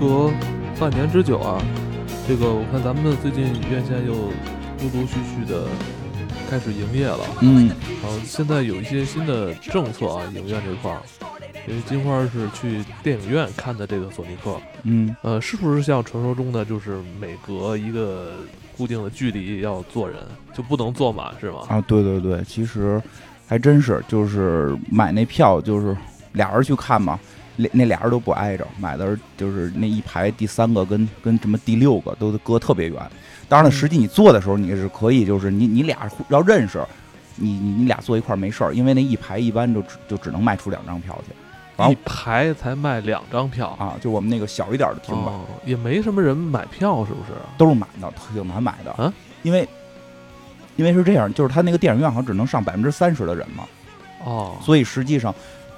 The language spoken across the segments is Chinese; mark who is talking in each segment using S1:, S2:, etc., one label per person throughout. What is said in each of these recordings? S1: 隔半年之久啊，这个我看咱们最近院线又陆陆续续的开始营业了，
S2: 嗯，
S1: 然后现在有一些新的政策啊，影院这块儿，因为金花是去电影院看的这个《索尼克》，
S2: 嗯，
S1: 呃，是不是像传说中的，就是每隔一个固定的距离要坐人，就不能坐满是吗？
S2: 啊，对对对，其实还真是，就是买那票就是俩人去看嘛，那那俩人都不挨着，买的是就是那一排第三个跟跟什么第六个都隔特别远。当然了，
S1: 嗯
S2: 实际你坐的时候你是可以，就是你你俩互要认识，你你你俩坐一块儿没事儿，因为那一排一般就只就只能卖出两张票去啊
S1: 一排才卖两张票，
S2: 啊，就我们那个小一点的厅吧，
S1: 哦，也没什么人买票，是不是？
S2: 都是满的，挺难买的，
S1: 啊
S2: 因为因为是这样，就是他那个电影院好像只能上百分之三十的人嘛。
S1: 哦，
S2: 所以实际上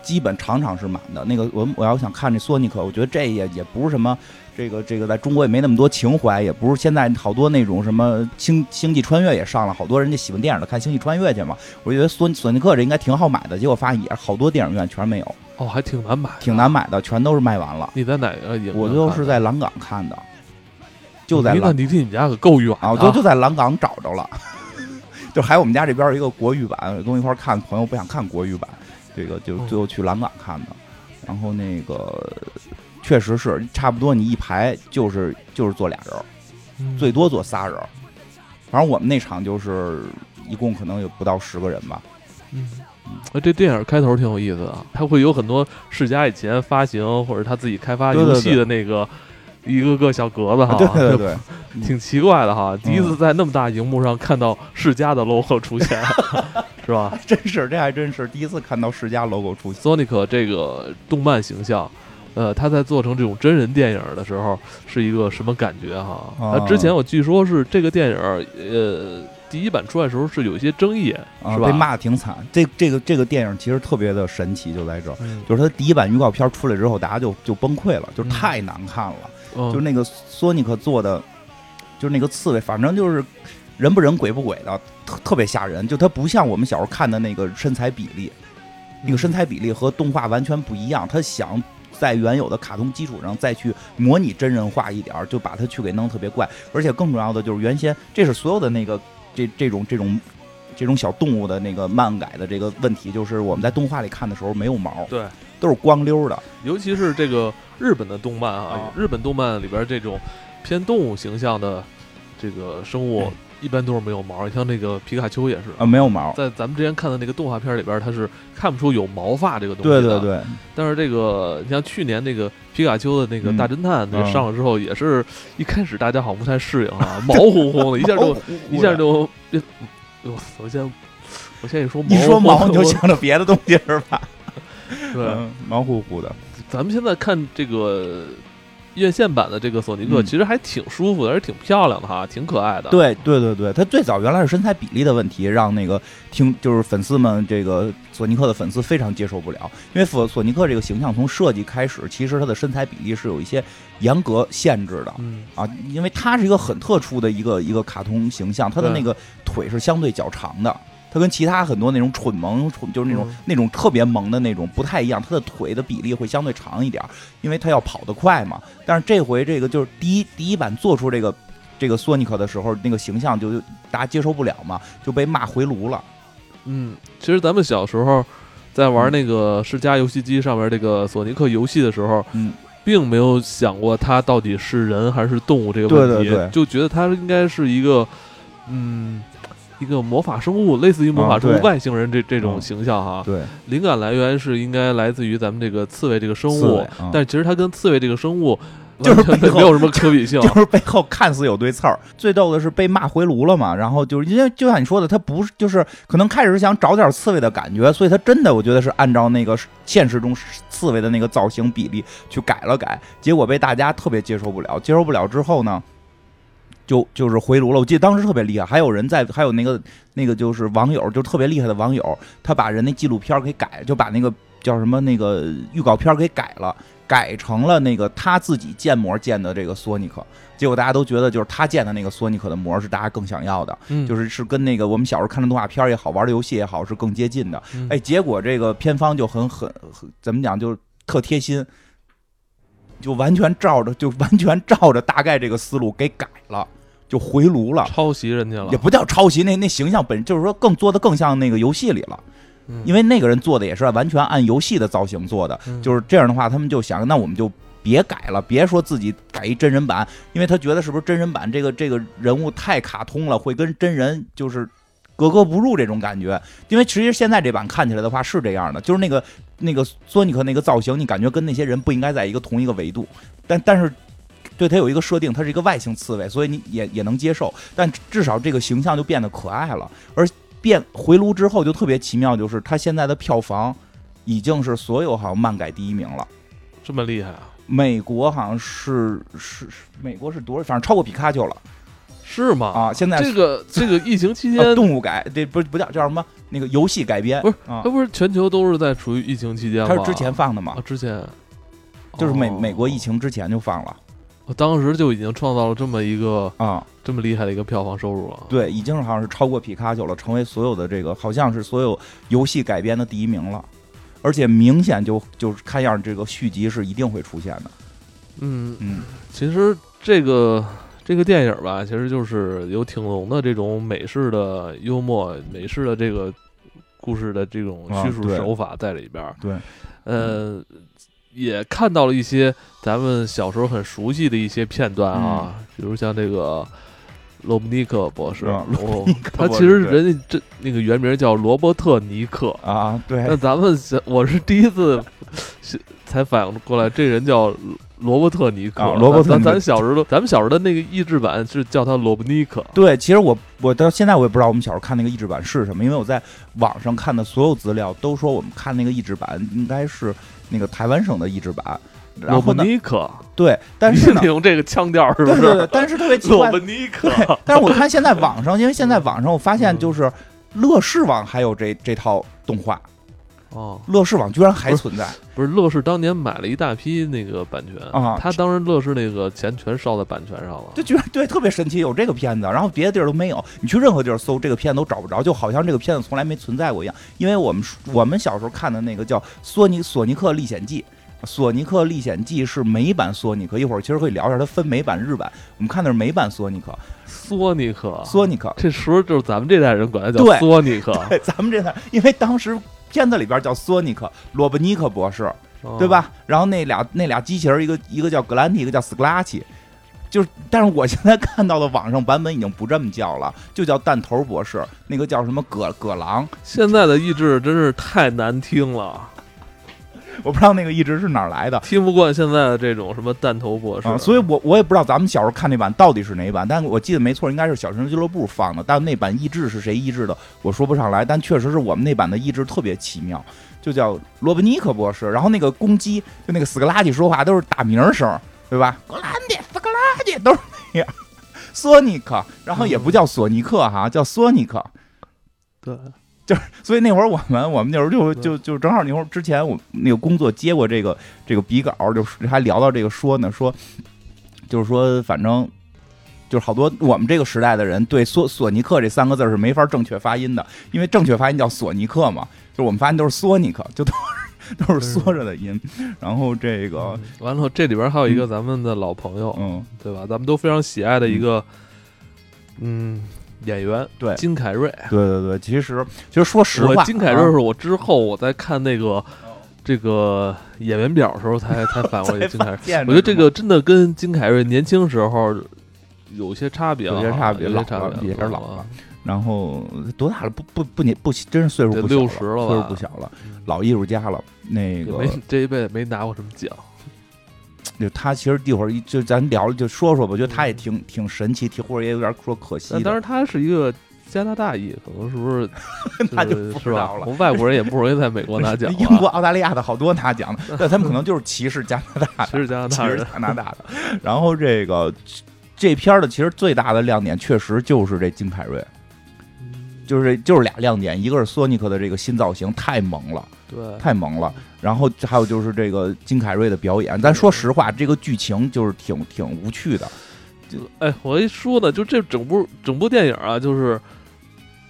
S2: 基本场场是满的。那个我我要想看这索尼克，我觉得这也也不是什么。这个这个在中国也没那么多情怀，也不是现在好多那种什么星星际穿越也上了，好多人家喜欢电影的看星际穿越去嘛。我觉得索索尼克这应该挺好买的，结果发现也好多电影院全没有，
S1: 哦，还挺难买，
S2: 挺。难买的，全都是卖完了。
S1: 你在哪呃个影院看的？
S2: 我就是在蓝港看的，就在
S1: 你
S2: 蓝
S1: 那离你们家可够远
S2: 啊，我就就在蓝港找着了， 就还有我们家这边儿一个国语版，跟我一块儿看，朋友不想看国语版，这个就
S1: 嗯
S2: 最后去蓝港看的，然后那个确实是差不多，你一排就是就是坐俩人儿，
S1: 嗯
S2: 最多坐仨人儿，反正我们那场就是一共可能有不到十个人吧，
S1: 嗯，哎这电影开头挺有意思的，它会有很多世嘉以前发行或者他自己开发
S2: 对对啊
S1: 游戏的那个一个个小格子哈，
S2: 对对嗯对，
S1: 挺奇怪的哈。第一次在那么大荧幕上看到世嘉的 logo 出 现，是吧
S2: 真是这还真是第一次看到世嘉 logo 出现，
S1: ？Sonic 这个动漫形象。呃，他在做成这种真人电影的时候是一个什么感觉哈？
S2: 啊
S1: 呃之前我据说是这个电影，呃，第一版出来的时候是有一些争议，
S2: 啊，
S1: 是吧
S2: 被骂的挺惨，这这个这个电影其实特别的神奇，就在这儿。
S1: 嗯
S2: 就是它第一版预告片出来之后，大家就就崩溃了，就是
S1: 嗯
S2: 太难看了。
S1: 嗯
S2: 就是那个索尼克做的，就是那个刺猬，反正就是人不人鬼不鬼的，特特别吓人。就它不像我们小时候看的那个身材比例，那
S1: 嗯
S2: 个身材比例和动画完全不一样。他想在原有的卡通基础上再去模拟真人化一点儿，就把它去给弄特别怪。而且更重要的就是原先这是所有的那个这这种这种。这种小动物的那个漫改的这个问题，就是我们在动画里看的时候没有毛，
S1: 对，
S2: 都是光溜的。
S1: 尤其是这个日本的动漫啊
S2: 啊，
S1: 日本动漫里边这种偏动物形象的这个生物
S2: 嗯，
S1: 一般都是没有毛，像那个皮卡丘也是。
S2: 啊，没有毛。
S1: 在咱们之前看的那个动画片里边，它是看不出有毛发这个东西
S2: 对
S1: 的。
S2: 对。对，
S1: 但是这个，你像去年那个皮卡丘的那个
S2: 嗯
S1: 大侦探，那个
S2: 嗯
S1: 上了之后，也是一开始大家好像不太适应 啊，毛烘烘的，一下
S2: 毛
S1: 就
S2: 乎乎的
S1: 一下就变。我我先我先一说毛，
S2: 一说毛
S1: 我
S2: 你就想着别的东西是吧？
S1: 对，啊
S2: 嗯，毛乎乎的。
S1: 咱们现在看这个院线版的这个索尼克，
S2: 嗯
S1: 其实还挺舒服的，而且挺漂亮的哈，挺可爱的。，
S2: 对对对对，他最早原来是身材比例的问题，让那个听就是粉丝们这个索尼克的粉丝非常接受不了，因为索索尼克这个形象从设计开始，其实他的身材比例是有一些严格限制的。
S1: 嗯，
S2: 啊，因为他是一个很特殊的一个一个卡通形象，他的
S1: 对
S2: 那个腿是相对较长的，他跟其他很多那种蠢萌蠢就是那种、
S1: 嗯
S2: 那种特别萌的那种不太一样，他的腿的比例会相对长一点儿，因为他要跑得快嘛。但是这回这个就是第一第一版做出这个这个索尼克的时候，那个形象就就大家接受不了嘛，就被骂回炉了。
S1: 嗯，其实咱们小时候在玩那个世嘉游戏机上面这个索尼克游戏的时候，
S2: 嗯，
S1: 并没有想过它到底是人还是动物这个问题，
S2: 对对对
S1: 就觉得它应该是一个，嗯。一个魔法生物，类似于魔
S2: 啊
S1: 法生物、
S2: 对
S1: 外星人这这种
S2: 嗯
S1: 形象哈，
S2: 对，
S1: 灵感来源是应该来自于咱们这个刺猬这个生
S2: 刺
S1: 物
S2: 猬，嗯
S1: 但其实它跟刺猬这个生物
S2: 就是
S1: 完全
S2: 背后
S1: 没有什么可比性。
S2: 就是背后看似有堆刺儿。最逗的是被骂回炉了嘛，然后就是因为就像你说的，他不是就是可能开始是想找点刺猬的感觉，所以他真的我觉得是按照那个现实中刺猬的那个造型比例去改了改，结果被大家特别接受不了，接受不了之后呢。就就是回炉了，我记得当时特别厉害，还有人在，还有那个那个就是网友，就特别厉害的网友，他把人那纪录片儿给改，就把那个叫什么那个预告片儿给改了，改成了那个他自己建模建的这个索尼克，结果大家都觉得就是他建的那个索尼克的模是大家更想要的，
S1: 嗯，
S2: 就是是跟那个我们小时候看的动画片儿也好，玩的游戏也好是更接近的。
S1: 嗯
S2: 哎，结果这个片方就很很很怎么讲，就是特贴心。就完全照着，就完全照着大概这个思路给改了，就回炉了，
S1: 抄袭人家了
S2: 也，不叫抄袭，那那形象本就是说更做的更像那个游戏里了，
S1: 嗯
S2: 因为那个人做的也是完全按游戏的造型做的，
S1: 嗯
S2: 就是这样的话，他们就想，那我们就别改了，别说自己改一真人版，因为他觉得是不是真人版这个这个人物太卡通了，会跟真人就是格格不入这种感觉。因为其实现在这版看起来的话是这样的，就是那个那个索尼克那个造型，你感觉跟那些人不应该在一个同一个维度，但但是。对他有一个设定，他是一个外星刺猬，所以你也也能接受，但至少这个形象就变得可爱了。而变回炉之后就特别奇妙，就是他现在的票房已经是所有好像漫改第一名了。
S1: 这么厉害啊？
S2: 美国好像是是是美国是多少，反正超过皮卡丘了
S1: 是吗？
S2: 啊！现在
S1: 这个这个疫情期间
S2: 呃，动物改这不不叫叫什么那个游戏改编，
S1: 不是
S2: 啊
S1: 它，不是全球都是在处于疫情期间吗？
S2: 它是之前放的嘛
S1: 啊，，之前
S2: 就是美
S1: 哦
S2: 美国疫情之前就放了
S1: 我当时就已经创造了这么一个
S2: 啊，
S1: 这么厉害的一个票房收入了。
S2: 对，已经好像是超过皮卡丘了，成为所有的这个好像是所有游戏改编的第一名了。而且明显就就是看样，这个续集是一定会出现的。
S1: 嗯，
S2: 嗯，
S1: 其实这个这个电影吧，其实就是有挺浓的这种美式的幽默、美式的这个故事的这种叙
S2: 啊
S1: 述
S2: 对
S1: 手法在里边。儿。
S2: 对，
S1: 呃，也看到了一些咱们小时候很熟悉的一些片段啊，比如像这个。罗布尼克博士，
S2: 嗯啊
S1: 哦
S2: 克
S1: 他
S2: 博士
S1: 其实人家这那个原名叫罗伯特尼克，
S2: 啊，对
S1: 那，咱们是我是第一次是才反应过来，这人叫罗伯特尼克。
S2: 啊罗伯特
S1: 咱
S2: 尼克
S1: 咱咱小时候，咱们小时候的那个译制版是叫他罗伯尼克。
S2: 对，其实我我到现在我也不知道我们小时候看那个译制版是什么，因为我在网上看的所有资料都说我们看那个译制版应该是那个台湾省的译制版，然
S1: 罗
S2: 后
S1: 伯
S2: 呢，
S1: 尼克，
S2: 对，但是呢
S1: 你，用这个腔调是
S2: 对
S1: 不
S2: 对对
S1: 是？，
S2: 但是特别奇
S1: 罗
S2: 怪
S1: 伯，尼克
S2: 对，但是我看现在网上，因为现在网上我发
S1: 嗯
S2: 现就是乐视网还有这这套动画，
S1: 哦，
S2: 乐视网居然还存在，
S1: 不是乐视当年买了一大批那个版权
S2: 啊
S1: 他当时乐视那个钱全烧在版权上了
S2: 就。居然对特别神奇，有这个片子，然后别的地儿都没有。你去任何地儿搜这个片子都找不着，就好像这个片子从来没存在过一样。因为我们我们小时候看的那个叫《索尼索尼克历险记》。《索尼克历险记》是美版索尼克，一会儿其实可以聊一下，它分美版、日版。我们看的是美版索尼克，
S1: 索尼克，
S2: 索尼克。
S1: 这时候就是咱们这代人管他叫
S2: 对
S1: 索尼克，
S2: 对，咱们这台，因为当时片子里边叫索尼克，罗伯尼克博士，
S1: 哦
S2: 对？吧？然后那俩那俩机器人，一个一个叫格兰蒂，一个叫斯克拉奇，就是，但是我现在看到的网上版本已经不这么叫了，就叫弹头博士，那个叫什么葛葛狼，
S1: 现在的译制真是太难听了。
S2: 我不知道那个一直是哪儿来的。
S1: 听不惯现在的这种什么弹头博士，
S2: 啊、所以我我也不知道咱们小时候看那版到底是哪一版，但我记得没错，应该是小神俱乐部放的，但那版译制是谁译制的，我说不上来，但确实是我们那版的译制特别奇妙，就叫罗伯尼克博士，然后那个公鸡就那个斯克拉奇说话都是打鸣声，对吧？格兰迪、斯克拉奇都是那样，索尼克，然后也不叫索尼克哈，叫索尼克，
S1: 对，
S2: 啊所以那会儿我们我们那时候就
S1: 嗯
S2: 就就正好那会儿之前我那个工作接过这个这个笔稿，就是还聊到这个说呢，说就是说反正就是好多我们这个时代的人对索索尼克这三个字儿是没法正确发音的，因为正确发音叫索尼克嘛，就是我们发音都是索尼克，就都是都是缩着的音。然后这个
S1: 嗯完了后这里边还有一个咱们的老朋友，
S2: 嗯
S1: 对吧？咱们都非常喜爱的一个，嗯，演员，
S2: 对
S1: 金凯瑞。
S2: 对对对，其实其实说实
S1: 哎我
S2: 话，啊
S1: 金凯瑞是我之后我在看那个这个演员表的时候 才才反过来金凯瑞。
S2: 瑞
S1: 我觉得这个真的跟金凯瑞年轻时候有些差别啊，
S2: 有些差别
S1: 有
S2: 老
S1: 些
S2: 了
S1: 差别，
S2: 也是老
S1: 啊
S2: 了。然后多大了？不不不，你不真是岁数
S1: 得
S2: 不小
S1: 60了吧
S2: 岁数不小了，老艺术家了。那
S1: 嗯也
S2: 个
S1: 没这一辈子没拿过什么奖，
S2: 就他其实一会儿一就咱聊就说说吧，我觉得他也
S1: 嗯
S2: 挺挺神奇，挺或者也有点说可惜
S1: 但当
S2: 的。
S1: 然他是一个加拿大裔，可能是不是
S2: 那就是不
S1: 是
S2: 知
S1: 吧？
S2: 道
S1: 我
S2: 了
S1: 们外国人也不容易在美国拿奖啊，
S2: 英国、澳大利亚的好多拿奖的，但他们可能就是歧视加拿大的，
S1: 其实加拿
S2: 其
S1: 大
S2: 实
S1: 人，
S2: 加拿大 的。 然后这个这片儿的其实最大的亮点确实就是这金凯瑞，
S1: 嗯
S2: 就是就是俩亮点，一个是索尼克的这个新造型太萌了。
S1: 对，
S2: 太萌了。然后还有就是这个金凯瑞的表演，咱说实话，这个剧情就是挺挺无趣的。
S1: 哎，我一说呢，就这整部整部电影啊，就是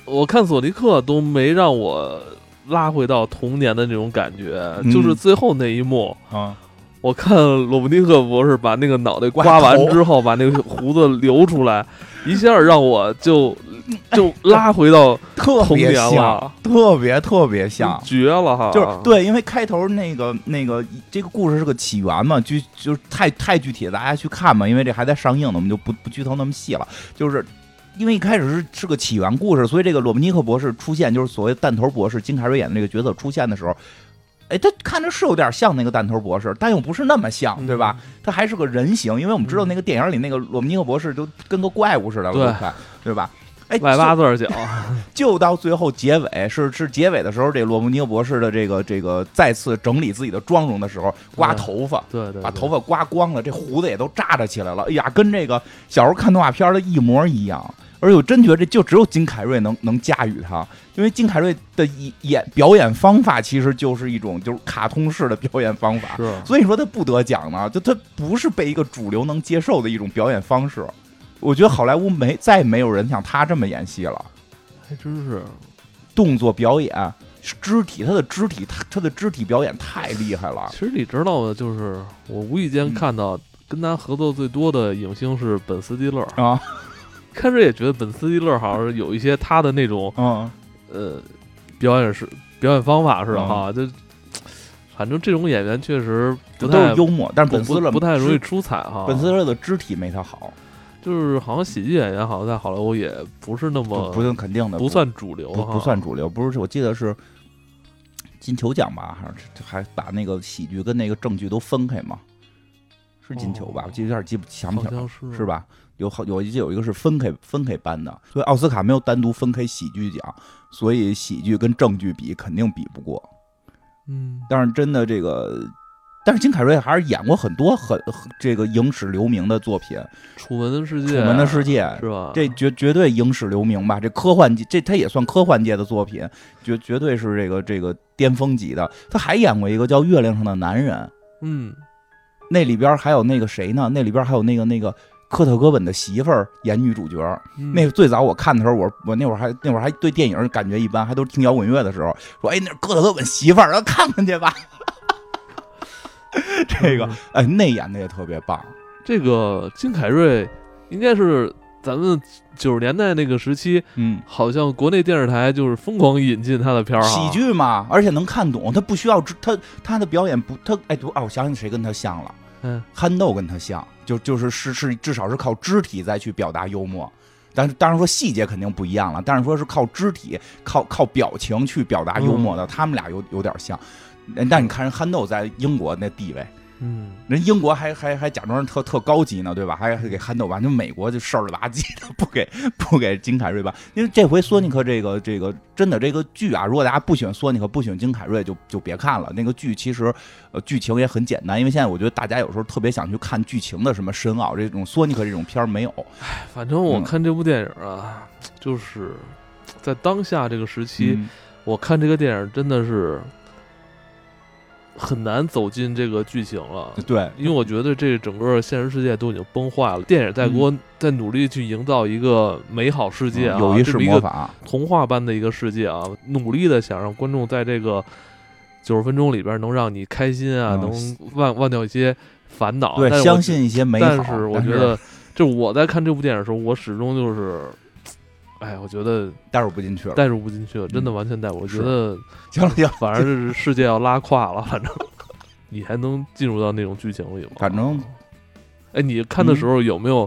S1: 我看索尼克都没让我拉回到童年的那种感觉，
S2: 嗯
S1: 就是最后那一幕，
S2: 啊，
S1: 我看罗布尼克博士把那个脑袋刮完之后，把那个胡子留出来，一下让我就就拉回到
S2: 特
S1: 童
S2: 别
S1: 年
S2: 像，
S1: 了，嗯
S2: 特别特别像。
S1: 绝了哈！啊
S2: 就是对，因为开头那个那个这个故事是个起源嘛，就就是太太具体了，大家去看嘛，因为这还在上映呢，我们就不不剧透那么细了。就是因为一开始是是个起源故事，所以这个罗伯尼克博士出现，就是所谓弹头博士金凯瑞演的这个角色出现的时候，哎，他看着是有点像那个弹头博士，但又不是那么像，对吧？
S1: 嗯
S2: 他还是个人形，因为我们知道那个电影里那个罗伯尼克博士都跟个怪物似的了，
S1: 对
S2: 都快对吧？哎，
S1: 外八字儿 脚，
S2: 就到最后结尾是是结尾的时候，这罗伯尼克博士的这个这个再次整理自己的妆容的时候，刮头发，
S1: 对嗯对，
S2: 把头
S1: 发
S2: 发刮光了，这胡子也都炸着起来了。哎呀，跟这个小时候看动画片的一模一样。而且我真觉得这就只有金凯瑞能能驾驭他，因为金凯瑞的演演表演方法其实就是一种就是卡通式的表演方法，
S1: 是
S2: 所以说他不得奖呢，就他不是被一个主流能接受的一种表演方式。我觉得好莱坞没再没有人像他这么演戏了。
S1: 还真是
S2: 啊动作表演、肢体，他的肢体，他他的肢体表演太厉害了
S1: 其实你知道的，就是我无意间
S2: 嗯
S1: 看到跟他合作最多的影星是本·斯蒂勒儿，
S2: 啊！
S1: 开始也觉得本·斯蒂勒儿好像是有一些他的那种
S2: 嗯，
S1: 呃表演是表演方法似的哈，就反正这种演员确实不
S2: 都是
S1: 太
S2: 幽默，但是
S1: 不
S2: 本斯勒
S1: 不不太容易啊
S2: 肢，
S1: 出彩哈。
S2: 本斯勒的肢体没他好，
S1: 就是好像喜剧演员好像在好莱坞也不是那么
S2: 不不是肯定的，
S1: 不算主啊流
S2: 不
S1: 哈，
S2: 不算主流，不是我记得是。金球奖吧，还是还把那个喜剧跟那个正剧都分开嘛？是金球吧？
S1: 哦
S2: 我记得有点记不想不
S1: 好
S2: 起来了
S1: 像，是
S2: 是？吧？有好有一届有一个是分开分开颁的，所以奥斯卡没有单独分开喜剧奖，所以喜剧跟正剧比肯定比不过。
S1: 嗯，
S2: 但是真的这个，但是金凯瑞还是演过很多很很这个影史留名的作品，
S1: 楚门的世
S2: 《楚
S1: 界，
S2: 门的世界》
S1: 是吧？
S2: 这绝绝对影史留名吧？这科幻界，这他也算科幻界的作品，绝绝对是这个这个巅峰级的。他还演过一个叫《月亮上的男人》，
S1: 嗯，
S2: 那里边还有那个谁呢？那里边还有那个那个科特·戈本的媳妇儿演女主角。
S1: 嗯
S2: 那最早我看的时候，我我那会儿还那会儿还对电影感觉一般，还都是听摇滚乐的时候，说哎，那是哥特哥本媳妇儿，咱看看去吧。 这个
S1: 嗯
S2: 哎，那演的也特别棒，
S1: 这个金凯瑞应该是咱们九十年代那个时期，
S2: 嗯，
S1: 好像国内电视台就是疯狂引进他的片儿哈
S2: 喜剧嘛，而且能看懂，他不需要知他他的表演不他哎，啊，我想起谁跟他像了，
S1: 嗯，
S2: 憨豆跟他像，就就是是是至少是靠肢体再去表达幽默。但是当然说细节肯定不一样了，但是说是靠肢体、靠靠表情去表达幽
S1: 嗯
S2: 默的，他们俩有有点像。但你看人憨豆在英国那地位，
S1: 嗯，
S2: 人英国还还还假装特特高级呢，对吧？还还给憨豆吧，就美国就事儿了吧唧的，不给不给金凯瑞吧。因为这回索尼克这个这个真的这个剧啊，如果大家不喜欢索尼克，不喜欢金凯瑞，就就别看了。那个剧其实呃剧情也很简单，因为现在我觉得大家有时候特别想去看剧情的什么深奥，这种索尼克这种片儿没有。
S1: 反正我
S2: 嗯
S1: 看这部电影啊，就是在当下这个时期，
S2: 嗯
S1: 我看这个电影真的是很难走进这个剧情了。
S2: 嗯对，
S1: 因为我觉得这整个现实世界都已经崩坏了，电影在给我在努力去营造一个美好世界啊，
S2: 嗯有一
S1: 这
S2: 是
S1: 么一
S2: 魔
S1: 个
S2: 法，
S1: 童话般的一个世界啊，努力的想让观众在这个九十分钟里边能让你开心啊，
S2: 嗯
S1: 能忘忘掉一些烦恼。但
S2: 对，
S1: 是我
S2: 相。信一些美好。
S1: 但是我觉得，就是我在看这部电影的时候，我始终就是，哎，我觉得
S2: 带入不进去了。
S1: 代入不进去了，真的完全代入。我觉
S2: 嗯是
S1: 得
S2: 行了行了，
S1: 反而是世界要拉胯了，反正你还能进入到那种剧情里吗？
S2: 反正嗯
S1: 哎，你看的时候有没有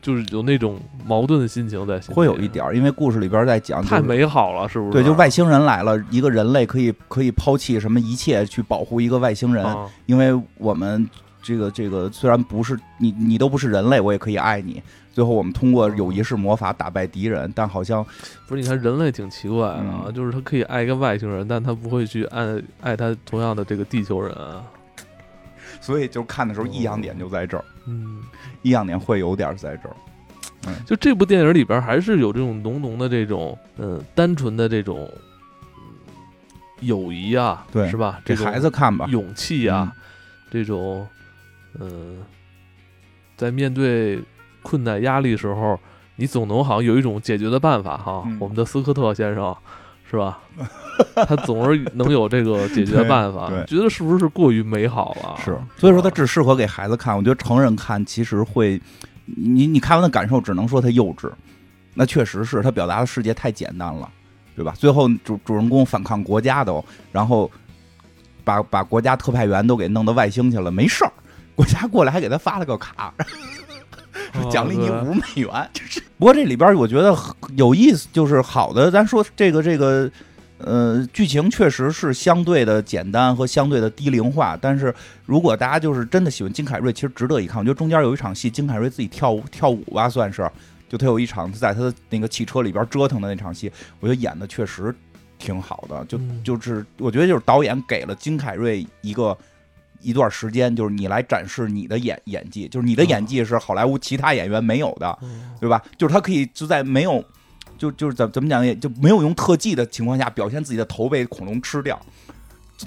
S1: 就是有那种矛盾的心情在心里？啊
S2: 会有一点儿，因为故事里边在讲就
S1: 太
S2: 是
S1: 美好了，是不是？
S2: 对，就外星人来了，一个人类可以可以抛弃什么一切去保护一个外星人，
S1: 啊
S2: 因为我们这个这个虽然不是你你都不是人类，我也可以爱你。最后我们通过有一式魔法打败敌人，但好像
S1: 不是，你看人类挺奇怪的啊，
S2: 嗯
S1: 就是他可以爱一个外星人，但他不会去爱爱他同样的这个地球人啊。
S2: 所以就看的时候异样点就在这儿，
S1: 嗯，
S2: 异样点会有点在这儿。
S1: 就这部电影里边还是有这种浓浓的这种嗯单纯的这种嗯友谊啊，
S2: 对
S1: 是吧？
S2: 给
S1: 这种
S2: 孩子看吧，嗯
S1: 勇气啊，这种嗯、在面对困难压力时候，你总能好像有一种解决的办法哈。
S2: 嗯
S1: 我们的斯科特先生是吧？ 他总是能有这个解决的办法
S2: 对，对
S1: 觉得是不是过于美好了？
S2: 是，所以说它只适合给孩子看，我觉得成人看其实会，你你看完的感受只能说他幼稚，那确实是他表达的世界太简单了，对吧？最后主主人公反抗国家都，然后把把国家特派员都给弄到外星去了，没事儿，国家过来还给他发了个卡，
S1: 啊
S2: 奖励你
S1: 对
S2: 五美元。就是，哦不过这里边我觉得很有意思，就是好的，咱说这个这个，呃，剧情确实是相对的简单和相对的低龄化。但是如果大家就是真的喜欢金凯瑞，其实值得一看。我觉得中间有一场戏，金凯瑞自己跳舞跳舞吧，算是，就他有一场在他的那个汽车里边折腾的那场戏，我觉得演的确实挺好的，就
S1: 嗯
S2: 就是我觉得就是导演给了金凯瑞一个一段时间，就是你来展示你的演演技，就是你的演技是好莱坞其他演员没有的，
S1: 嗯
S2: 对吧？就是他可以就在没有。就就是怎怎么讲也就没有用特技的情况下表现自己的头被恐龙吃掉， 就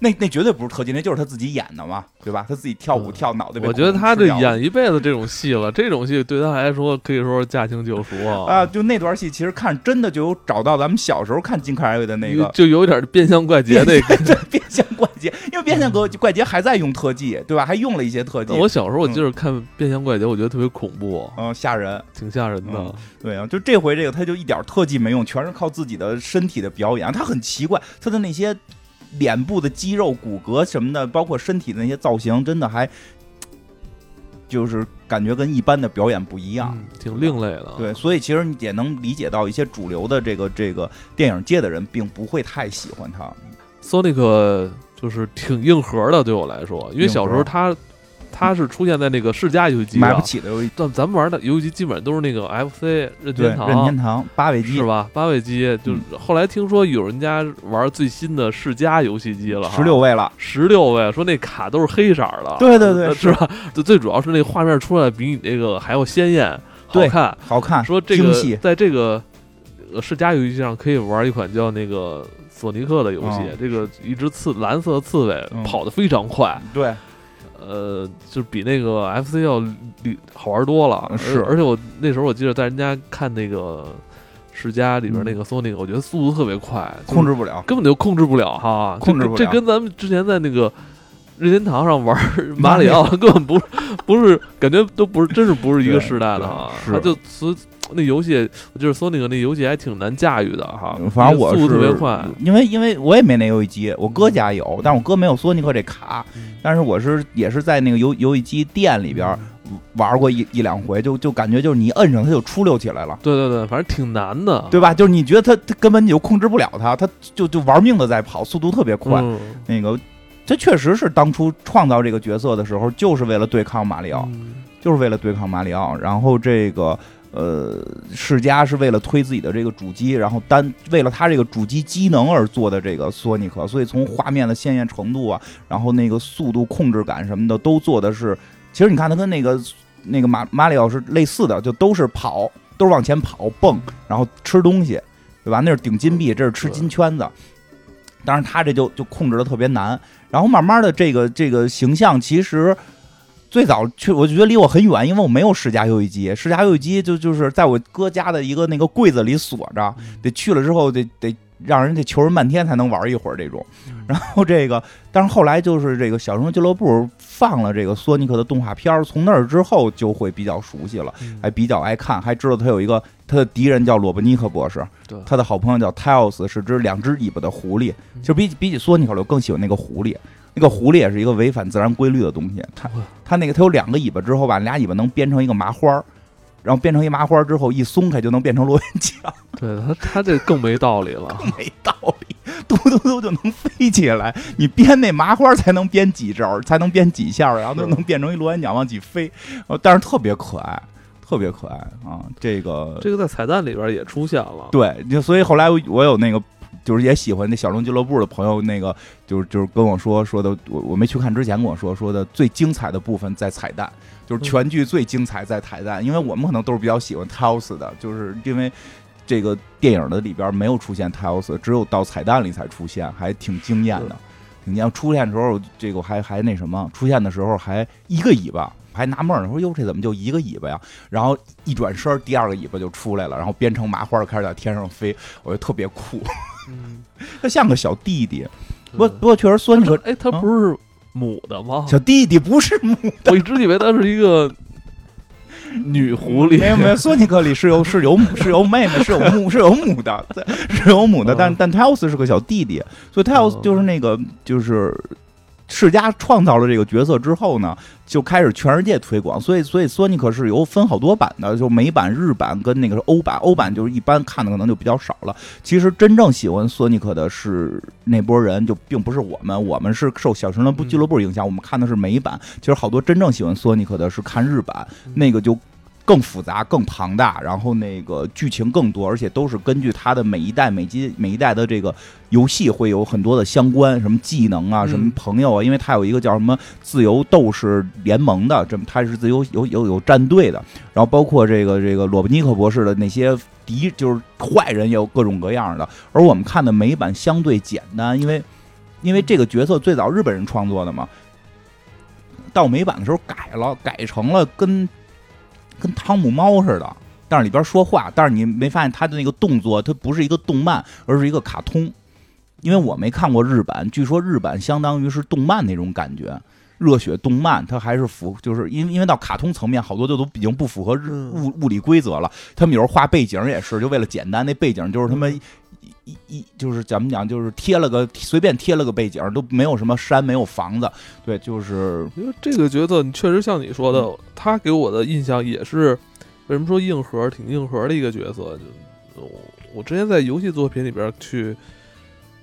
S2: 那那绝对不是特技，那就是他自己演的嘛，对吧？他自己跳
S1: 嗯
S2: 舞跳脑袋被
S1: 我
S2: 恐
S1: 觉
S2: 龙吃掉了。
S1: 得他这演一辈子这种戏了，这种戏对他来说可以说是驾轻就熟
S2: 啊，就那段戏其实看真的就有找到咱们小时候看金凯瑞的那个
S1: 就有点变相怪杰那 个。
S2: 对变相怪杰，因为变相怪怪杰还在用特技，对吧？还用了一些特技，
S1: 嗯我小时候我记得看《变相怪杰》，我觉得特别恐怖，
S2: 嗯，吓人。
S1: 挺吓人的
S2: 嗯。对啊，就这回这个他就一点特技没用，全是靠自己的身体的表演。啊他很奇怪，他的那些脸部的肌肉、骨骼什么的，包括身体的那些造型，真的还就是感觉跟一般的表演不一样。
S1: 嗯，挺另类的。
S2: 对，所以其实你也能理解到一些主流的这个这个电影界的人并不会太喜欢他。
S1: ，Sonic 就是挺硬核的，对我来说，因为小时候他他是出现在那个世嘉游戏机
S2: 买不
S1: 上，
S2: 起的游戏，
S1: 但咱们玩的游戏机基本上都是那个 FC 任
S2: 对
S1: 天堂，
S2: 任天堂八位机
S1: 是吧？八位机，就是后来听说有人家玩最新的世嘉游戏机了，
S2: 十六。位了。
S1: 十六位，说那卡都是黑色儿的，
S2: 对对对
S1: 呃是吧？就最主要是那画面出来比你那个还要鲜艳，好
S2: 对
S1: 看。
S2: 好看，
S1: 说这
S2: 精
S1: 个
S2: 细
S1: 在这个呃世嘉游戏机上可以玩一款叫那个索尼克的游戏，
S2: 嗯
S1: 这个一只刺蓝色的刺猬、
S2: 嗯
S1: 跑得非常快，
S2: 对，
S1: 呃，就比那个 FC 要里好玩多了。而
S2: 呃是
S1: 而且我那时候我记得在人家看那个世嘉里边那个 Sonic，、我觉得速度特别快，就是
S2: 嗯控制不了。
S1: 根本就控制不了哈，
S2: 啊控制不了
S1: 这。这跟咱们之前在那个任天堂上玩 马里奥根本不不是，感觉都不是，真是不是一个时代的哈。
S2: 对
S1: 它
S2: 对
S1: 就所那游戏，就是索尼克那游戏还挺难驾驭的哈。
S2: 嗯反正我
S1: 速
S2: 是
S1: 度特别快，
S2: 因为因为我也没那游戏机，我哥家有，但我哥没有索尼克这卡。但是我是也是在那个游游戏机店嗯里
S1: 嗯
S2: 边玩过一一两回，就就感觉就是你一摁上它就出溜起来了，
S1: 对对对，反正挺难的。
S2: 对吧？就是你觉得它它根本你就控制不了它，它就就玩命的在跑，速度特别快。
S1: 嗯，
S2: 那个这确实是当初创造这个角色的时候，就是为了对抗马里奥。
S1: 嗯
S2: 就是为了对抗马里奥。然后这个呃，世嘉是为了推自己的这个主机，然后单为了它这个主机机能而做的这个索尼克，所以从画面的鲜艳程度啊，然后那个速度控制感什么的都做的是，其实你看它跟那个那个马马里奥是类似的，就都是跑，都是往前跑蹦，然后吃东西，对吧？那是顶金币，这是吃金圈子。当然，他这就就控制的特别难。然后慢慢的，这个这个形象其实最早去，我就觉得离我很远，因为我没有世嘉游戏机。世嘉游戏机就就是在我哥家的一个那个柜子里锁着， 得去了之后得得让人得求人半天才能玩一会儿这种。
S1: 嗯
S2: 然后这个，但是后来就是这个小熊俱乐部放了这个索尼克的动画片儿，从那儿之后就会比较熟悉了，
S1: 嗯
S2: 还比较爱看，还知道他有一个他的敌人叫罗伯尼克博士
S1: 对，
S2: 他的好朋友叫泰奥斯，是只两只尾巴的狐狸。其实比起比起索尼克，我更喜欢那个狐狸。那个狐狸也是一个违反自然规律的东西，它它那个它有两个尾巴之后吧，俩尾巴能编成一个麻花儿，然后编成一麻花儿之后一松开就能变成螺旋桨，
S1: 对他他这更没道理了。
S2: 没道理，嘟嘟嘟就能飞起来。你编那麻花儿才能编几招儿，才能编几下儿，然后就是能变成一螺旋桨往起飞，呃但是特别可爱，特别可爱啊！这个
S1: 这个在彩蛋里边也出现了，
S2: 对，就所以后来我我有那个。就是也喜欢那小龙俱乐部的朋友，那个就是就是跟我说说的，我我没去看之前跟我说说的最精彩的部分在彩蛋，就是全剧最精彩在彩蛋，因为我们可能都是比较喜欢 Tails 的，就是因为这个电影的里边没有出现 Tails，只有到彩蛋里才出现，还挺惊艳的。你要出现的时候，这个我还还那什么，出现的时候还一个尾巴，还纳闷儿呢，说哟这怎么就一个尾巴呀？然后一转身，第二个尾巴就出来了，然后编成麻花开始在天上飞，我觉得特别酷，
S1: 嗯，
S2: 它像个小弟弟。不过
S1: 对
S2: 不过确实酸
S1: 它
S2: 可
S1: 哎，它
S2: 啊
S1: 不是母的吗？
S2: 小弟弟不是母
S1: 我一直以为它是一个女狐狸。
S2: 没有没有，索尼克里是有 是有母是有妹妹是有 母是有母的， 对是有母的，但
S1: 嗯
S2: 但泰奥斯是个小弟弟，所以泰奥斯
S1: 嗯
S2: 就是那个就是。世嘉创造了这个角色之后呢，就开始全世界推广，所以所以索尼克是有分好多版的，就美版、日版跟那个欧版，欧版就是一般看的可能就比较少了。其实真正喜欢索尼克的是那波人，就并不是我们，我们是受小熊人部
S1: 嗯
S2: 俱乐部影响，我们看的是美版。其实好多真正喜欢索尼克的是看日版，
S1: 嗯
S2: 那个就更复杂、更庞大，然后那个剧情更多，而且都是根据它的每一代、每季、每一代的这个游戏会有很多的相关，什么技能啊，
S1: 嗯
S2: 什么朋友啊，因为它有一个叫什么自由斗士联盟的，这么它是自由有有有战队的，然后包括这个这个罗伯尼克博士的那些敌，就是坏人也有各种各样的，而我们看的美版相对简单，因为因为这个角色最早日本人创作的嘛。到美版的时候改了，改成了跟跟汤姆猫似的，但是里边说话，但是你没发现他的那个动作，它不是一个动漫，而是一个卡通。因为我没看过日版，据说日版相当于是动漫那种感觉，热血动漫，它还是符，就是因为因为到卡通层面，好多就都已经不符合日
S1: 嗯
S2: 物物理规则了。他们有时候画背景也是，就为了简单，那背景就是他妈一一一就是怎么讲，就是贴了个随便贴了个背景，都没有什么山，没有房子，对，就是
S1: 因为这个角色，你确实像你说
S2: 嗯
S1: 的，他给我的印象也是，为什么说硬核，挺硬核的一个角色。就我我之前在游戏作品里边去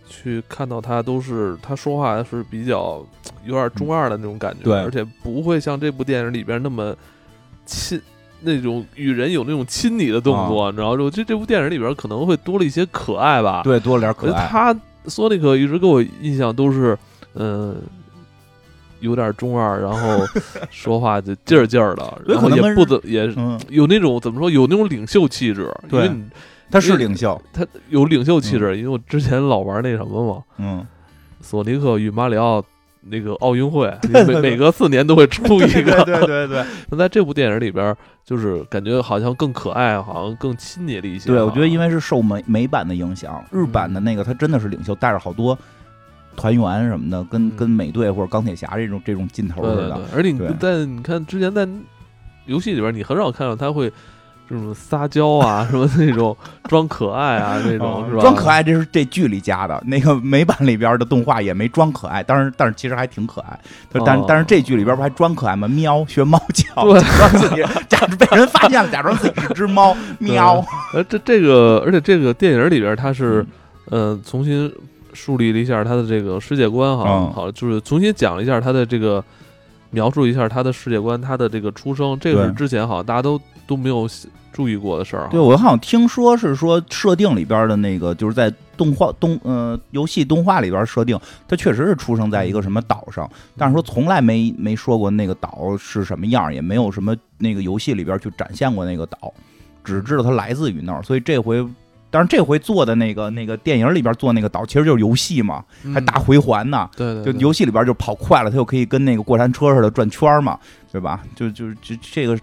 S1: 去看到他，都是他说话是比较有点中二的那种感觉，
S2: 嗯对
S1: 而且不会像这部电影里边那么亲。那种与人有那种亲昵的动作，你知道就这这部电影里边可能会多了一些可爱吧。
S2: 啊对多了点
S1: 啊我觉
S2: 可
S1: 得
S2: 爱。
S1: 他索尼克一直给我印象都是，嗯、有点中二，然 后说话就劲儿劲儿的，
S2: 有
S1: 然
S2: 可
S1: 后
S2: 能
S1: 也
S2: 跟
S1: 不怎也
S2: 嗯，
S1: 有那种怎么说，有那种领袖气质，因
S2: 对嗯
S1: 为你
S2: 他是领袖，
S1: 他有领袖气质，因为我之前老玩那什么嘛，
S2: 嗯，
S1: 索尼克与马里奥。那个奥运会，
S2: 对对
S1: 每每隔四年都会出一
S2: 对对
S1: 个。
S2: 对对。
S1: 那在这部电影里边，就是感觉好像更可爱，好像更亲昵了一些。
S2: 对，我觉得因
S1: 为
S2: 为是受美美版的影响，日版的那个他真的是领袖，带着好多团员什么的，跟
S1: 嗯
S2: 跟美队或者钢铁侠这种这种劲头
S1: 对
S2: 似
S1: 对
S2: 的
S1: 对。，而且你
S2: 对
S1: 在你看之前在游戏里边，你很少看到他会这种撒娇 啊，什么那种装可爱啊那种，是吧？
S2: 哦装可，爱，这是这剧里加的。那个美版里边的动画也没装可爱，但是但是其实还挺可爱。但但
S1: 哦
S2: 但是这剧里边不还装可爱吗？喵，学猫 叫，
S1: 对
S2: 假装自己假装被人发现了，假装自己是只猫，喵。
S1: 呃，这这个，而且这个电影里边，他是嗯、
S2: 嗯
S1: 呃重新树立了一下他的这个世界观哈，
S2: 嗯
S1: 好，就是重新讲了一下他的这个。描述一下他的世界观，他的这个出生，这个是
S2: 对
S1: 之前好像大家都都没有注意过的事儿哈。
S2: 对，我好像听说是说设定里边的那个，就是在动画动呃游戏动画里边设定，它确实是出生在一个什么岛上，但是说从来没没说过那个岛是什么样，也没有什么那个游戏里边去展现过那个岛，只知道它来自于那儿，所以这回。但是这回做的那个那个电影里边做那个岛，其实就是游戏嘛，
S1: 嗯
S2: 还打回环呢。
S1: 对对
S2: 就
S1: 对，
S2: 游戏里边就跑快了，它就可以跟那个过山车似的转圈儿嘛，对吧？就就就这个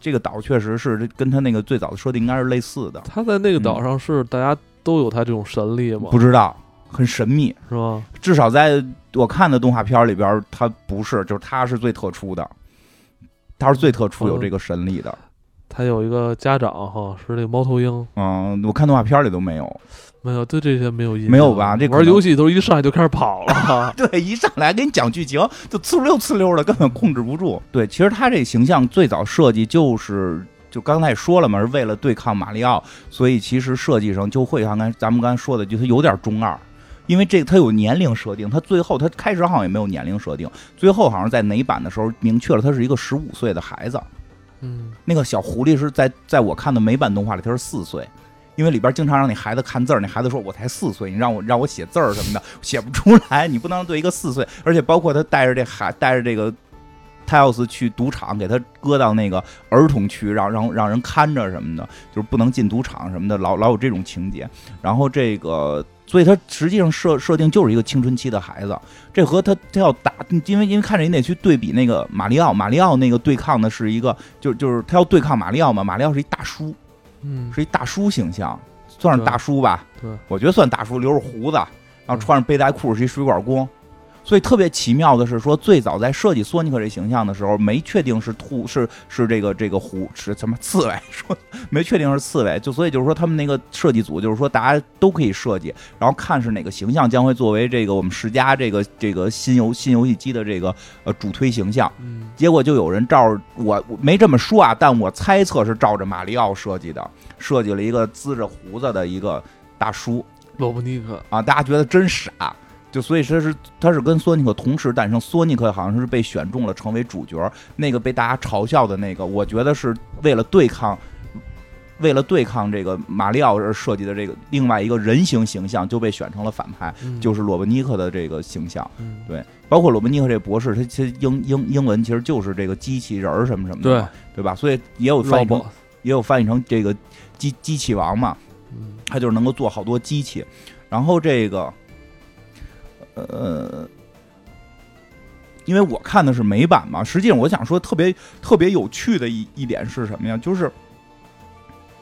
S2: 这个岛确实是跟它那个最早的设定应该是类似的，
S1: 他在那个岛上是大家都有他这种神力吗？
S2: 嗯不知道很神秘，
S1: 是吧？
S2: 至少在我看的动画片里边，它不是，就是它是最特殊的，它是最特殊
S1: 嗯
S2: 有这个神力的。
S1: 他有一个家长哈，是那个猫头鹰，
S2: 嗯，我看动画片里都没有。
S1: 没有对这些没有印象，嗯
S2: 没有吧这可
S1: 玩
S2: 能，
S1: 游戏都是一上来就开始跑了
S2: 对，一上来给你讲剧情，就呲溜呲溜的，根本控制不住。对，其实他这形象最早设计就是。就刚才也说了嘛，是为了对抗马里奥，所以其实设计上就会像刚才咱们刚才说的，就他有点中二，因为这个他有年龄设定，他最后他开始好像也没有年龄设定，最后好像在哪版的时候明确了他是一个十五岁的孩子，
S1: 嗯，
S2: 那个小狐狸是在在我看的美版动画里，它是四岁，因为里边经常让你孩子看字儿，那孩子说我才四岁，你让我让我写字儿什么的，写不出来，你不能对一个四岁，而且包括他带着这孩带着这个。泰奥斯去赌场，给他搁到那个儿童区，让让让人看着什么的，就是不能进赌场什么的，老老有这种情节。然后这个所以他实际上设设定就是一个青春期的孩子。这和他他要打，因为因为看着你得去对比那个马里奥，马里奥那个对抗的是一个，就就是他要对抗马里奥嘛，马里奥是一大叔，
S1: 嗯，
S2: 是一大叔形象，算是大叔吧？
S1: 对嗯
S2: 我觉得算大叔，留着胡子，然后穿上背带裤，是一水管工。所以特别奇妙的是，说最早在设计索尼克这形象的时候，没确定是兔是是这个这个狐是什么刺猬，说没确定是刺猬，就所以就是说他们那个设计组就是说大家都可以设计，然后看是哪个形象将会作为这个我们世嘉这个这个新游新游戏机的这个呃主推形象。
S1: 嗯
S2: 结果就有人照着我我没这么说啊，但我猜测是照着马里奥设计的，设计了一个滋着胡子的一个大叔
S1: 罗伯尼克，
S2: 啊，大家觉得真傻。就所以他是他是跟索尼克同时诞生，索尼克好像是被选中了成为主角，那个被大家嘲笑的那个，我觉得是为了对抗，为了对抗这个马里奥而设计的这个另外一个人形形象就被选成了反派，
S1: 嗯
S2: 就是罗伯尼克的这个形象。
S1: 嗯
S2: 对包括罗伯尼克这博士，他其实英英英文其实就是这个机器人儿什么什么的
S1: 对
S2: 嘛，对吧？所以也有翻译成
S1: robot，
S2: 也有翻译成这个机机器王嘛，
S1: 嗯
S2: 他就是能够做好多机器。然后这个，呃，因为我看的是美版嘛，实际上我想说特别特别有趣的一一点是什么呀？就是。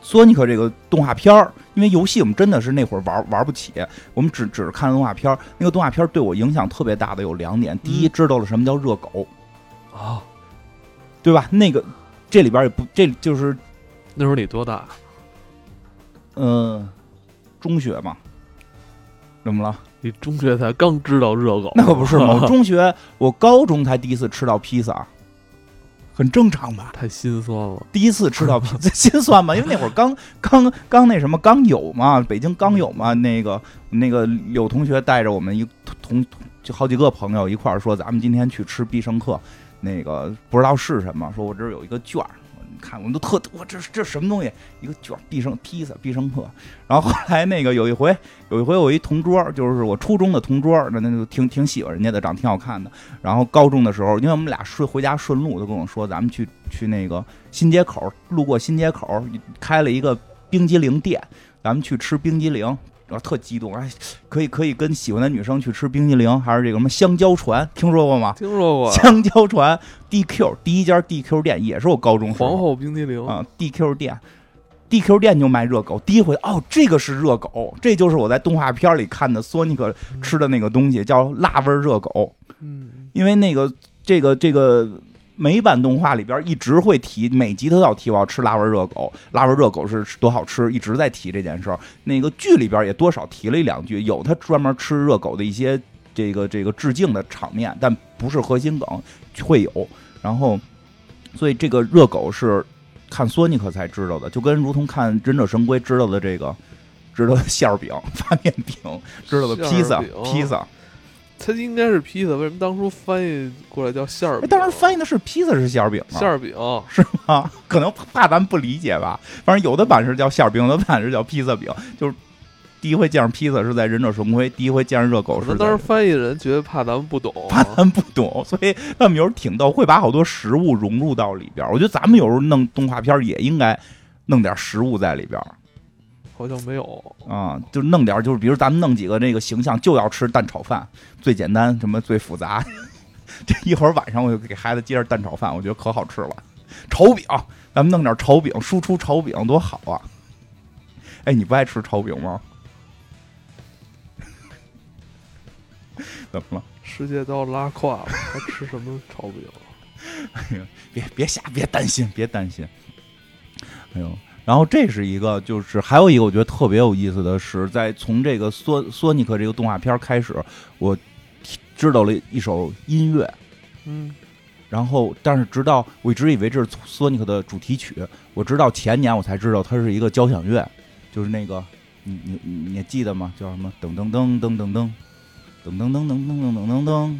S2: 索尼克这个动画片儿，因为游戏我们真的是那会儿玩玩不起，我们只只是看动画片儿。那个动画片儿对我影响特别大的有两点：第一，知道了什么叫热狗，
S1: 啊，
S2: 对吧？那个这里边也不，这就是
S1: 那时候你多大？
S2: 呃中学嘛，怎么了？
S1: 你中学才刚知道热狗，
S2: 那可不是吗？我中学，我高中才第一次吃到披萨，很正常吧？
S1: 太心酸了。
S2: 第一次吃到披萨，心酸吗？因为那会儿刚刚刚那什么，刚有嘛，北京刚有嘛。那个那个有同学带着我们一同就好几个朋友一块儿说，咱们今天去吃必胜客，那个不知道是什么，说我这儿有一个券儿。你看，我们都特我这这什么东西？一个卷儿必胜披萨必胜客。然后后来那个有一回，有一回我一同桌，就是我初中的同桌，那那就挺挺喜欢人家的，长挺好看的。然后高中的时候，因为我们俩顺回家顺路，他跟我说咱们去去那个新街口，路过新街口开了一个冰激凌店，咱们去吃冰激凌，然后特激动，哎，可以可以跟喜欢的女生去吃冰激凌，还是这个什么香蕉船，听说过吗？
S1: 听说过
S2: 香蕉船 DQ 第一家 DQ 店也是我高中时候
S1: 皇后冰激凌，
S2: 啊，DQ 店，DQ 店就卖热狗。第一回哦，这个是热狗，这就是我在动画片里看的索尼克吃的那个东西，叫辣味儿热狗。
S1: 嗯，
S2: 因为那个这个这个美版动画里边一直会提，每集都要提我要吃辣味热狗，辣味热狗是多好吃，一直在提这件事儿。那个剧里边也多少提了一两句，有他专门吃热狗的一些这个这个致敬的场面，但不是核心梗，会有。然后，所以这个热狗是看索尼克才知道的，就跟如同看忍者神龟知道的这个。知道的馅儿饼、发面饼，知道的披
S1: 馅
S2: 萨
S1: 儿饼、
S2: 披萨，
S1: 它应该是披萨，为什么当初翻译过来叫馅儿
S2: 哎
S1: 饼？
S2: 当时翻译的是披萨是馅儿饼吗？
S1: 馅儿饼，
S2: 啊，可能怕咱们不理解吧。反正有的版是叫馅儿饼，有的版是叫披萨饼。就是第一回见着披萨是在忍者神龟，第一回见着热狗
S1: 可
S2: 是
S1: 能
S2: 在
S1: 当时翻译人觉得怕咱们不懂，
S2: 怕咱们不懂，所以他们有时候挺逗，会把好多食物融入到里边儿。我觉得咱们有时候弄动画片儿也应该弄点食物在里边儿
S1: 好像没有。
S2: 啊，就弄点儿就是比如咱们弄几个这个形象就要吃蛋炒饭，最简单，什么最复杂。 这一会儿晚上我就给孩子接着蛋炒饭，我觉得可好吃了。炒饼，咱们弄点炒饼，输出炒饼多好啊！哎，你不爱吃炒饼吗？ 怎么了？
S1: 世界都要拉胯了，还吃什么炒饼？啊
S2: 别别瞎，别担心，别担心。哎呦，然后这是一个，就是还有一个我觉得特别有意思的是，在从这个索索尼克这个动画片开始，我知道了一首音乐，
S1: 嗯，
S2: 然后但是直到我一直以为这是索尼克的主题曲，我直到前年我才知道它是一个交响乐，就是那个你你你你也记得吗？叫什么噔噔噔噔噔噔噔噔噔噔噔噔噔噔。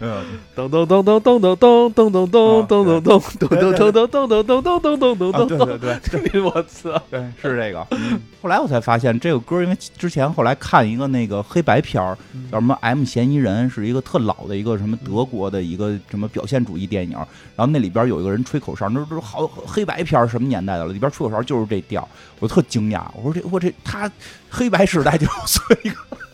S2: 嗯，
S1: 噔噔噔噔噔噔噔噔噔噔噔噔噔噔噔噔噔噔噔噔噔噔噔
S2: 啊，对
S1: 噔
S2: 对 对
S1: 噔， 我操！
S2: 对，是这个。嗯后来我才发现这个歌，因为之前后来看一个那个黑白片儿，
S1: 嗯
S2: 叫什么《M 嫌疑人》，是一个特老的一个什么德国的一个什么表现主义电影。然后那里边有一个人吹口哨，那都是好黑白片儿什么年代的了，里边吹口哨就是这调儿，我特惊讶，我说这我这他黑白时代就有一个。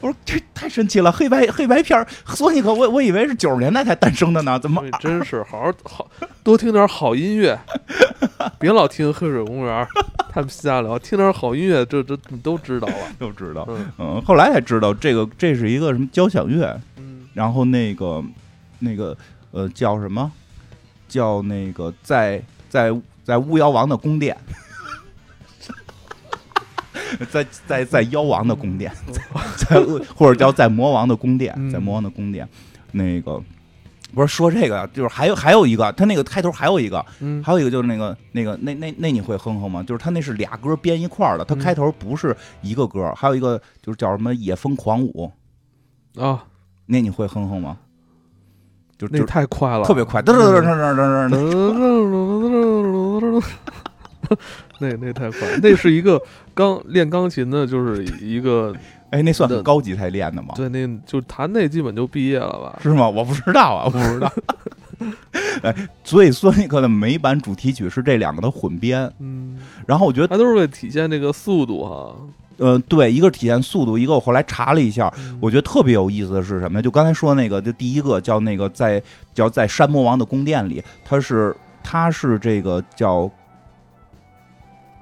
S2: 我说这太神奇了，黑白黑白片儿，索尼克我我以为是九十年代才诞生的呢，怎么
S1: 对，真是好好好多听点好音乐， 别老听黑水公园他们瞎聊，听点好音乐，这这你都知道了。
S2: 都知道？
S1: 嗯
S2: 嗯，后来才知道这个这是一个什么交响乐，
S1: 嗯，
S2: 然后那个那个呃叫什么？叫那个在在在巫妖王的宫殿，在在在妖王的宫殿，在或者叫在魔王的宫殿，
S1: 嗯
S2: 在魔王的宫殿，那个。不是说这个，就是还有还有一个，他那个开头还有一个，
S1: 嗯
S2: 还有一个就是那个那个那那那你会哼哼吗？就是他那是俩歌编一块儿的，他
S1: 嗯
S2: 开头不是一个歌，还有一个就是叫什么野风狂舞，
S1: 啊，
S2: 那你会哼哼吗？就
S1: 那
S2: 就
S1: 太快了，
S2: 特别快，噔噔噔噔噔噔噔噔，
S1: 那那太快，那是一个钢练钢琴的，就是一个
S2: 哎，那算很高级才练的吗？
S1: 对，那就弹那基本就毕业了吧？
S2: 是吗？我不知道啊，我 不知道。哎，所以索尼克的美版主题曲是这两个的混编，
S1: 嗯，
S2: 然后我觉得，
S1: 它都是为了体现这个速度哈。
S2: 呃，对，一个是体现速度，一个我后来查了一下，
S1: 嗯
S2: 我觉得特别有意思的是什么呢？就刚才说那个，就第一个叫那个在叫在山魔王的宫殿里，他是他是这个叫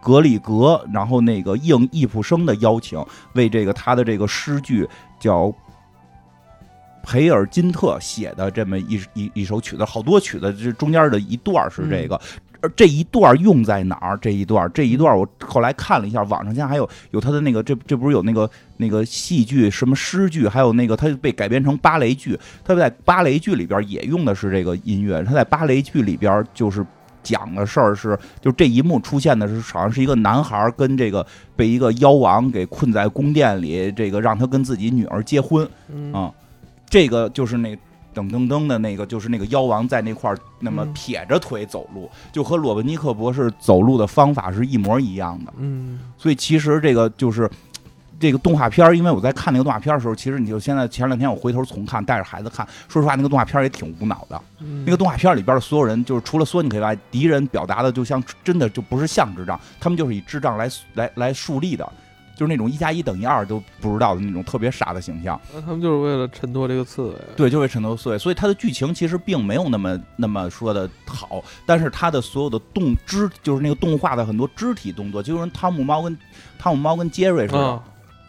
S2: 格里格，然后那个应易卜生的邀请，为这个他的这个诗句叫。培尔金特写的这么一一一首曲子，好多曲子，这中间的一段是这个，而这一段用在哪儿？这一段，这一段，我后来看了一下，网上现在还有有他的那个，这这不是有那个那个戏剧什么诗剧，还有那个他被改编成芭蕾剧，他在芭蕾剧里边也用的是这个音乐，他在芭蕾剧里边就是。讲的事儿是，就这一幕出现的是，好像是一个男孩跟这个被一个妖王给困在宫殿里，这个让他跟自己女儿结婚，
S1: 嗯
S2: 啊，这个就是那噔噔噔的那个，就是那个妖王在那块儿那么
S1: 嗯
S2: 撇着腿走路，就和罗文尼克博士走路的方法是一模一样的。
S1: 嗯
S2: 所以其实这个就是。这个动画片儿，因为我在看那个动画片儿的时候，其实你就现在前两天我回头重看，带着孩子看，说实话，那个动画片儿也挺无脑的。
S1: 嗯
S2: 那个动画片儿里边儿的所有人，就是除了索尼克以外，敌人表达的就像真的就不是像智障，他们就是以智障来来来树立的，就是那种一加一等于二都不知道的那种特别傻的形象。
S1: 那他们就是为了衬托这个刺猬。
S2: 对，就为陈头碎，所以它的剧情其实并没有那么那么说的好，但是它的所有的动肢，就是那个动画的很多肢体动作，就跟汤姆猫跟汤姆猫跟杰瑞似的，
S1: 啊，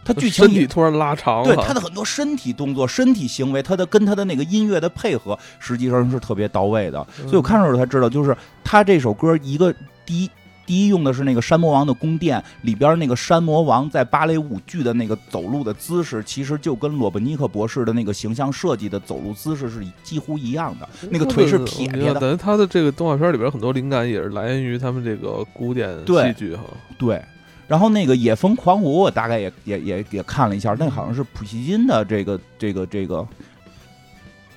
S2: 它剧情
S1: 身体啊
S2: 也
S1: 突然拉长
S2: 对
S1: 了。
S2: 它的很多身体动作、身体行为，它的跟它的那个音乐的配合，实际上是特别到位的。
S1: 嗯，
S2: 所以我看的时候才知道，就是他这首歌一个第一。第一用的是那个山魔王的宫殿里边那个山魔王在芭蕾舞剧的那个走路的姿势，其实就跟罗伯尼克博士的那个形象设计的走路姿势是几乎一样的。
S1: 嗯
S2: 那个腿是撇
S1: 我觉
S2: 撇
S1: 得
S2: 的，
S1: 等于他的这个动画片里边很多灵感也是来源于他们这个古典戏
S2: 对
S1: 剧哈。
S2: 对。然后那个野风狂舞，我大概也也也也看了一下，那好像是普希金的这个这个这个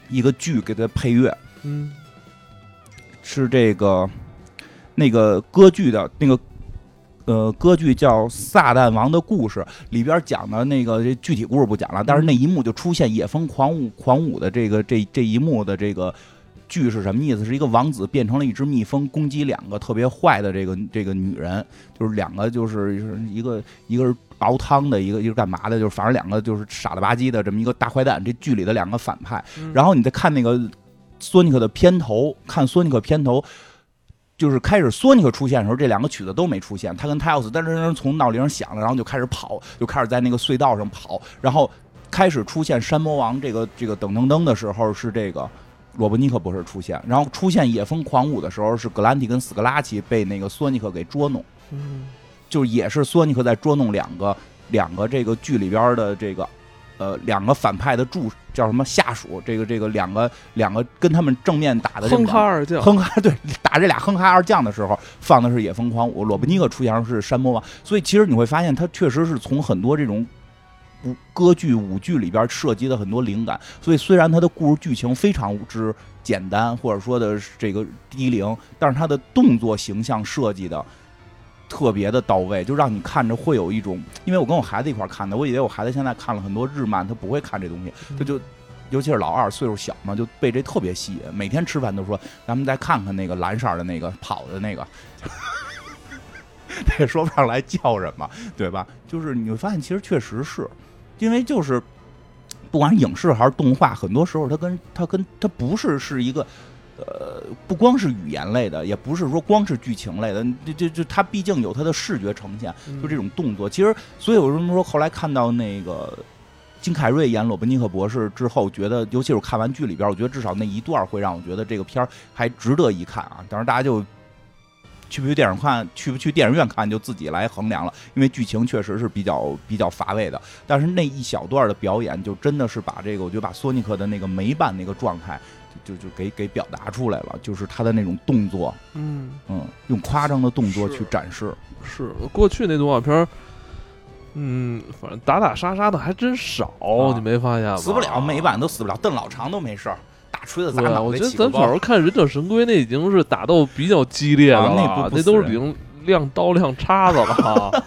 S2: 一个剧给他配乐，
S1: 嗯
S2: 是这个那个歌剧的那个呃歌剧叫《撒旦王的故事》，里边讲的那个这具体故事不讲了，但是那一幕就出现野蜂狂舞狂舞的这个这这一幕的这个。剧是什么意思？是一个王子变成了一只蜜蜂，攻击两个特别坏的这个这个女人，就是两个就是是一个一个是熬汤的，一个一个是干嘛的，就是反正两个就是傻了吧唧的这么一个大坏蛋。这剧里的两个反派，
S1: 嗯
S2: 然后你再看那个索尼克的片头，看索尼克片头，就是开始索尼克出现的时候，这两个曲子都没出现，他跟泰奥斯噔噔噔从闹铃响了，然后就开始跑，就开始在那个隧道上跑，然后开始出现山魔王这个这个噔噔噔的时候是这个。罗伯尼克博士出现，然后出现野蜂狂舞的时候，是格兰蒂跟斯格拉奇被那个索尼克给捉弄，
S1: 嗯
S2: 就是也是索尼克在捉弄两个两个这个剧里边的这个呃两个反派的助叫什么下属，这个这个两个两个跟他们正面打的这
S1: 哼哈
S2: 个。
S1: 二将，
S2: 哼哈对， 打这俩哼哈二将的时候放的是《野蜂狂舞》，罗伯尼克出现的是《山魔王》，所以其实你会发现，他确实是从很多这种舞歌剧舞剧里边涉及的很多灵感，所以虽然它的故事剧情非常之简单，或者说的是这个低龄，但是它的动作形象设计的特别的到位，就让你看着会有一种，因为我跟我孩子一块儿看的，我以为我孩子现在看了很多日漫，他不会看这东西，他就。尤其是老二岁数小嘛，就被这特别吸引。每天吃饭都说：“咱们再看看那个蓝色儿的那个跑的那个。” 他也说不上来叫什么，对吧？就是你会发现，其实确实是因为就是不管是影视还是动画，很多时候它跟它跟它不是是一个。呃，不光是语言类的，也不是说光是剧情类的，这这这，它毕竟有它的视觉呈现，
S1: 嗯
S2: 就这种动作。其实，所以我为什么说后来看到那个金凯瑞演罗伯尼克博士之后，觉得尤其是我看完剧里边，我觉得至少那一段会让我觉得这个片儿还值得一看啊。当然，大家就去不去电影看，去不去电影院看，就自己来衡量了。因为剧情确实是比较比较乏味的，但是那一小段的表演，就真的是把这个，我觉得把索尼克的那个美版那个状态，就就就给给表达出来了，就是他的那种动作，
S1: 嗯，
S2: 嗯，用夸张的动作
S1: 是
S2: 去展示。
S1: 是过去那动画片儿，嗯，反正打打杀杀的还真少，
S2: 啊
S1: 你没发现吗？
S2: 死不了，美版都死不了，瞪老长都没事儿，大锤子砸
S1: 对啊，
S2: 脑袋。
S1: 我觉得
S2: 起个
S1: 咱
S2: 包
S1: 小时候看《忍者神龟》，那已经是打斗比较激烈的
S2: 啊
S1: 了，
S2: 那不不
S1: 那
S2: 死
S1: 都是
S2: 人
S1: 已经亮刀亮叉子 了。啊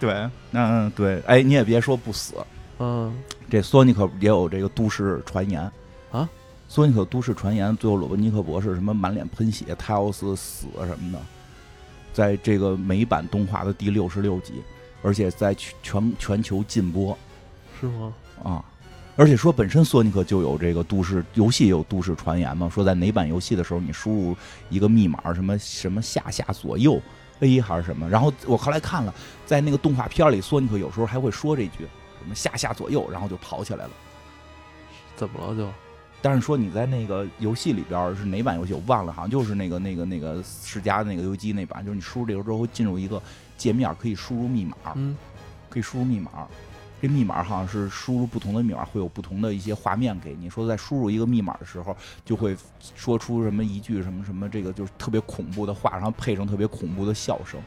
S2: 对，嗯对，哎，你也别说不死，
S1: 嗯，
S2: 这索尼克也有这个都市传言
S1: 啊。
S2: 索尼克都市传言，最后罗伯尼克博士什么满脸喷血，泰奥斯死啊什么的，在这个美版动画的第六十六集，而且在全全全球禁播
S1: 是吗？
S2: 啊。而且说本身索尼克就有这个都市游戏有都市传言嘛，说在哪版游戏的时候你输入一个密码什么什么下下左右 A 还是什么，然后我后来看了，在那个动画片里索尼克有时候还会说这句什么下下左右，然后就跑起来了。
S1: 怎么了就？
S2: 但是说你在那个游戏里边儿是哪版游戏我忘了，好像就是那个那个那个世嘉的那个游戏机那版，就是你输入这个之后会进入一个界面，可以输入密码，
S1: 嗯，
S2: 可以输入密码。这密码好像是输入不同的密码会有不同的一些画面给你。说在输入一个密码的时候，就会说出什么一句什么什么，这个就是特别恐怖的话，然后配上特别恐怖的笑声。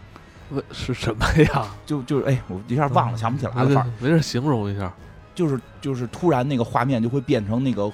S1: 为是什么呀？
S2: 就就是哎，我一下嗯 忘了，想不起来了。
S1: 没
S2: 反
S1: 事
S2: 正
S1: 没事，形容一下。
S2: 就是就是突然那个画面就会变成那个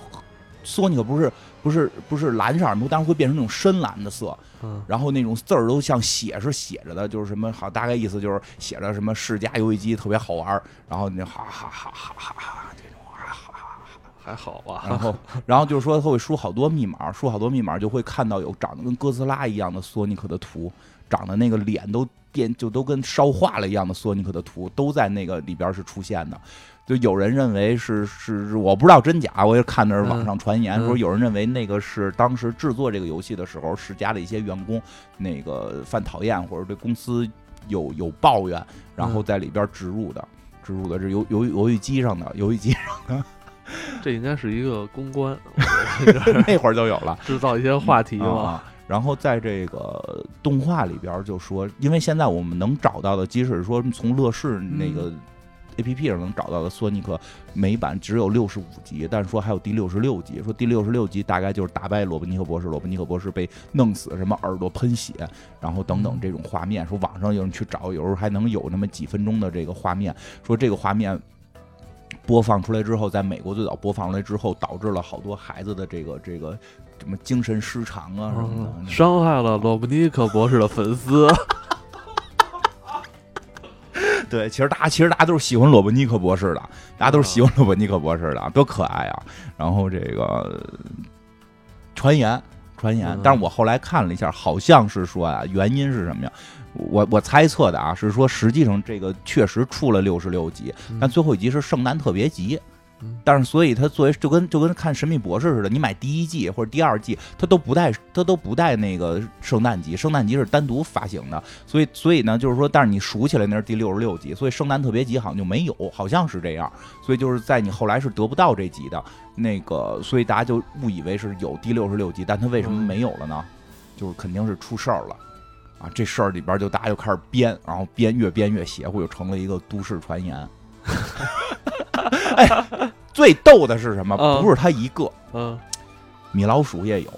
S2: 索尼克不是不是不是蓝色儿吗，但是会变成那种深蓝的色，
S1: 嗯，
S2: 然后那种字儿都像写是写着的，就是什么好大概意思就是写着什么世嘉游戏机特别好玩儿，然后你就哈哈哈哈哈哈这种啊哈哈哈哈。
S1: 还好
S2: 然
S1: 吧。
S2: 嗯后，然后就是说他会输好多密码，输好多密码就会看到有长得跟哥斯拉一样的索尼克的图，长得那个脸都变就都跟烧化了一样的索尼克的图都在那个里边是出现的。就有人认为是是，是我不知道真假，我也看的是网上传言、
S1: 嗯嗯
S2: 说，有人认为那个是当时制作这个游戏的时候，世嘉的一些员工那个犯讨厌或者对公司有有抱怨，然
S1: 嗯
S2: 后在里边植入的，植入的是游游游戏机上的 游戏机，
S1: 这应该是一个公关，
S2: 那会儿就有了。
S1: 制造一些话题吧。
S2: 啊然后在这个动画里边儿就说，因为现在我们能找到的，即使说从乐视那个
S1: 嗯
S2: A P P 上能找到的索尼克美版只有六十五集，但是说还有第六十六集，说第六十六集大概就是打败罗伯尼克博士，罗伯尼克博士被弄死，什么耳朵喷血，然后等等这种画面，说网上有人去找，有时候还能有那么几分钟的这个画面，说这个画面。播放出来之后，在美国最早播放出来之后，导致了好多孩子的这个这个什么精神失常啊什么的
S1: 嗯，，伤害了罗布尼克博士的粉 丝。
S2: 对，其实大家其实大家都是喜欢罗伯尼克博士的，大家
S1: 嗯
S2: 都是喜欢罗伯尼克博士的，多可爱啊！然后这个呃传言传言
S1: 嗯，
S2: 但是我后来看了一下，好像是说啊，原因是什么呀？我我猜测的啊，是说实际上这个确实出了六十六集，但最后一集是圣诞特别集
S1: 嗯。
S2: 但是，所以它作为就跟就跟看《神秘博士》似的，你买第一季或者第二季，它都不带它都不带那个圣诞集，圣诞集是单独发行的，所以所以呢，就是说，但是你数起来那是第六十六集，所以圣诞特别集好像就没有，好像是这样，所以就是在你后来是得不到这集的，那个，所以大家就误以为是有第六十六集，但它为什么没有了呢？就是肯定是出事儿了。啊，这事儿里边就大家就开始编，然后编越编越邪乎，就成了一个都市传言。 哎，最逗的是什么？
S1: 嗯
S2: 不是他一个，
S1: 嗯
S2: 米老鼠也有。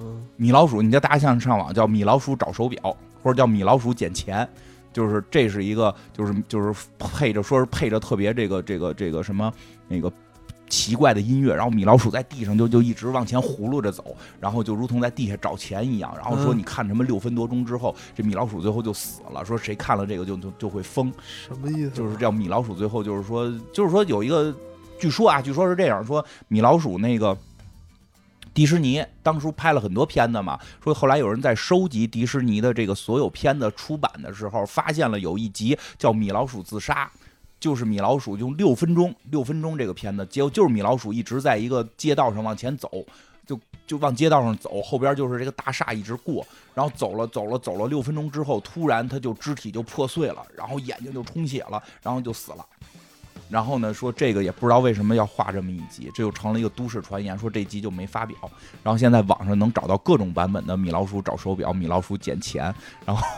S1: 嗯，
S2: 米老鼠，你叫大家像上网叫米老鼠找手表，或者叫米老鼠捡钱，就是这是一个就是就是配着说是配着特别这个这个这个什么那个。奇怪的音乐，然后米老鼠在地上就就一直往前葫芦着走，然后就如同在地下找钱一样。然后说
S1: 嗯
S2: 你看什么六分多钟之后，这米老鼠最后就死了。说谁看了这个就就就会疯，
S1: 什么意思？
S2: 就是叫米老鼠。最后就是说，就是说有一个，据说啊，据说是这样说，米老鼠那个迪士尼当初拍了很多片子嘛，说后来有人在收集迪士尼的这个所有片子出版的时候，发现了有一集叫《米老鼠自杀》。就是米老鼠用六分钟，六分钟这个片子，结果就是米老鼠一直在一个街道上往前走，就就往街道上走，后边就是这个大厦一直过，然后走了走了走了六分钟之后，突然他就肢体就破碎了，然后眼睛就充血了，然后就死了。然后呢，说这个也不知道为什么要画这么一集，这就成了一个都市传言，说这集就没发表。然后现在网上能找到各种版本的米老鼠找手表、米老鼠捡钱，然后。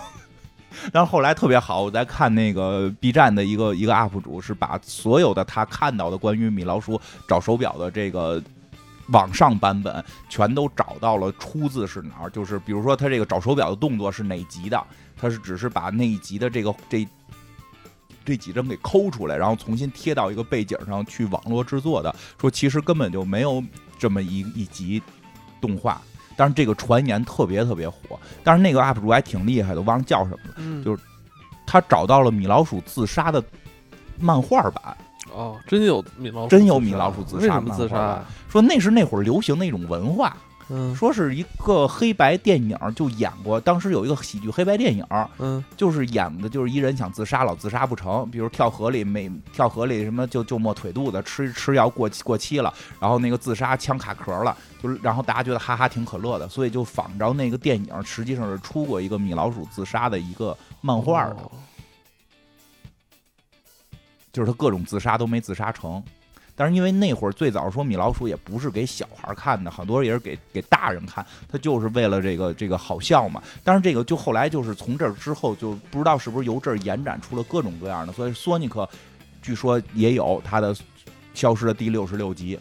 S2: 然后后来特别好，我在看那个 B 站的一个一个 UP 主，是把所有的他看到的关于米老鼠找手表的这个网上版本全都找到了出自是哪儿，就是比如说他这个找手表的动作是哪集的，他是只是把那一集的这个这这几帧给抠出来，然后重新贴到一个背景上去网络制作的，说其实根本就没有这么一一集动画。但是这个传言特别特别火，但是那个 UP 主还挺厉害的，忘了叫什么了。
S1: 嗯
S2: 就是他找到了米老鼠自杀的漫画版，
S1: 哦，真有米老鼠，
S2: 真有米老鼠自杀
S1: 为什么自
S2: 漫画
S1: 杀
S2: 版？说那是那会儿流行的一种文化，
S1: 嗯
S2: 说是一个黑白电影就演过，当时有一个喜剧黑白电影，
S1: 嗯
S2: 就是演的就是一人想自杀老自杀不成，比如跳河里没跳河里什么就就没腿肚子，吃吃药过期过期了，然后那个自杀枪卡壳了，就是然后大家觉得哈哈挺可乐的，所以就仿照那个电影，实际上是出过一个米老鼠自杀的一个漫画的，
S1: 哦
S2: 就是他各种自杀都没自杀成。但是因为那会儿最早说米老鼠也不是给小孩看的，很多也是给给大人看，他就是为了这个这个好笑嘛。但是这个就后来就是从这儿之后就不知道是不是由这儿延展出了各种各样的，所以索尼克据说也有他的消失的第六十六集，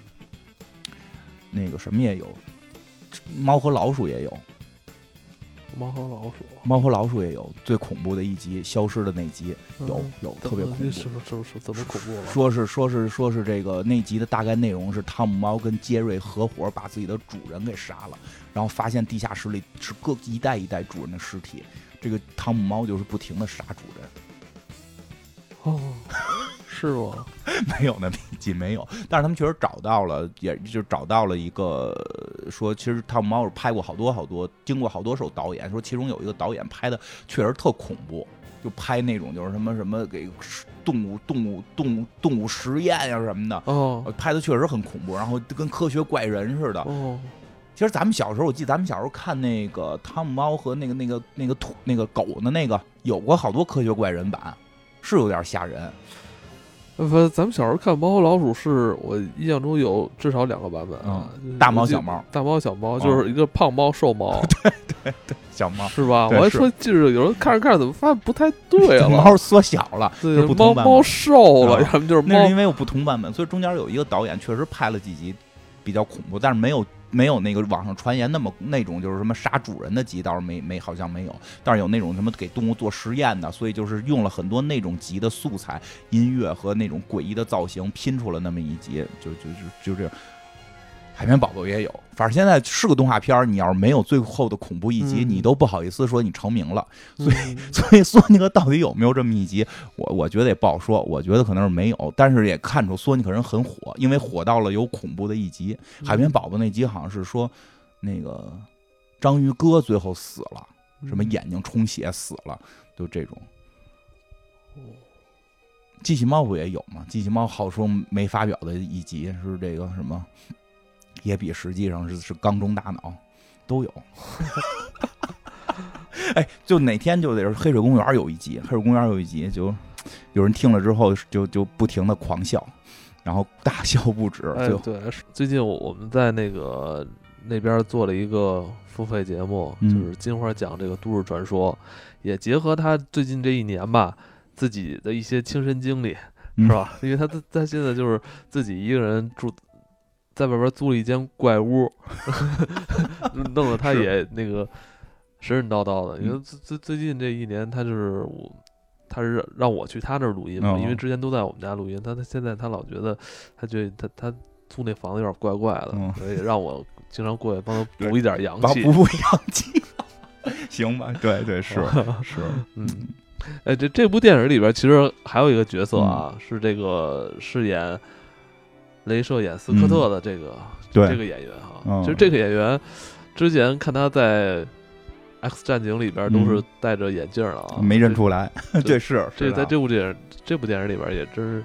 S2: 那个什么也有，猫和老鼠也有，
S1: 猫和老鼠
S2: 猫和老鼠也有最恐怖的一集消失的那集有
S1: 嗯
S2: 有特别恐怖。
S1: 怎么怎么怎么怎么恐怖了？
S2: 说是说是说是这个那集的大概内容是汤姆猫跟杰瑞合伙把自己的主人给杀了，然后发现地下室里是各一代一代主人的尸体，这个汤姆猫就是不停的杀主人。
S1: 哦，是吗？
S2: 没有呢，那集没有。但是他们确实找到了，也就找到了一个呃说，其实汤姆猫是拍过好多好多，经过好多手导演，说其中有一个导演拍的确实特恐怖，就拍那种就是什么什么给动物动物动物动物实验呀、什么的。
S1: 哦
S2: 呃拍的确实很恐怖，然后跟科学怪人似的。
S1: 哦，
S2: 其实咱们小时候，我记得咱们小时候看那个《汤姆猫》和那个那个那个土那个狗的那个，有过好多科学怪人版，是有点吓人。
S1: 呃不，咱们小时候看《猫和老鼠》，是我印象中有至少两个版本啊，就是
S2: 嗯大猫
S1: 我记
S2: 小猫，
S1: 大猫小猫
S2: 嗯
S1: 就是一个胖猫瘦 猫，
S2: 小猫，
S1: 是吧？
S2: 对
S1: 我还
S2: 是
S1: 说就是有人看着看着怎么发现不太对了，
S2: 猫缩 小了，
S1: 对，
S2: 不
S1: 猫
S2: 同版
S1: 猫
S2: 本。
S1: 瘦了，
S2: 啊
S1: 要么就是
S2: 那是
S1: 猫
S2: 因为有不同版本，所以中间有一个导演确实拍了几集比较恐怖，但是没有没有那个网上传言那么那种就是什么杀主人的集倒是没没好像没有，但是有那种什么给动物做实验的，所以就是用了很多那种集的素材、音乐和那种诡异的造型拼出了那么一集，就就就就这样。海绵宝宝也有，反正现在是个动画片儿你要是没有最后的恐怖一集，
S1: 嗯
S2: 你都不好意思说你成名了。所
S1: 以
S2: 所以索尼克到底有没有这么一集，我我觉得也不好说，我觉得可能是没有，但是也看出索尼克人很火，因为火到了有恐怖的一集。海绵宝宝那集好像是说，那个章鱼哥最后死了，什
S1: 嗯
S2: 么眼睛充血死了，就这种。机器猫不也有吗？机器猫好说没发表的一集是这个什么，也比实际上是是缸中大脑都有。 哎，就哪天就得是黑水公园有一集，黑水公园有一集就有人听了之后就就不停的狂笑，然后大笑不止，
S1: 哎
S2: 最后
S1: 对，是最近我我们在那个那边做了一个付费节目，就
S2: 嗯
S1: 是金花讲这个都市传说，也结合他最近这一年吧自己的一些亲身经历，
S2: 嗯
S1: 是吧？因为他他他现在就是自己一个人住。在外边租了一间怪屋， 弄得他
S2: 是
S1: 也那个神神叨叨的。因为
S2: 嗯
S1: 最最最近这一年，他就是我他是让我去他那儿录音嘛，
S2: 嗯
S1: 因为之前都在我们家录音，他他现在他老觉得他觉得他他租那房子有点怪怪的，
S2: 嗯
S1: 所以让我经常过去帮他补一点阳
S2: 把
S1: 气。
S2: 补补阳气， 行吧？对对是是，
S1: 嗯，哎，这这部电影里边其实还有一个角色啊，
S2: 嗯
S1: 是这个饰演镭射眼斯科特的这个、
S2: 嗯对
S1: 这个演员哈、
S2: 嗯
S1: 其实这个演员之前看他在《X 战警》里边都是
S2: 嗯
S1: 戴着眼镜的啊，
S2: 没认出来，
S1: 这
S2: 对是
S1: 这。
S2: 是
S1: 这在
S2: 的
S1: 这部电影这部电影里边也真是，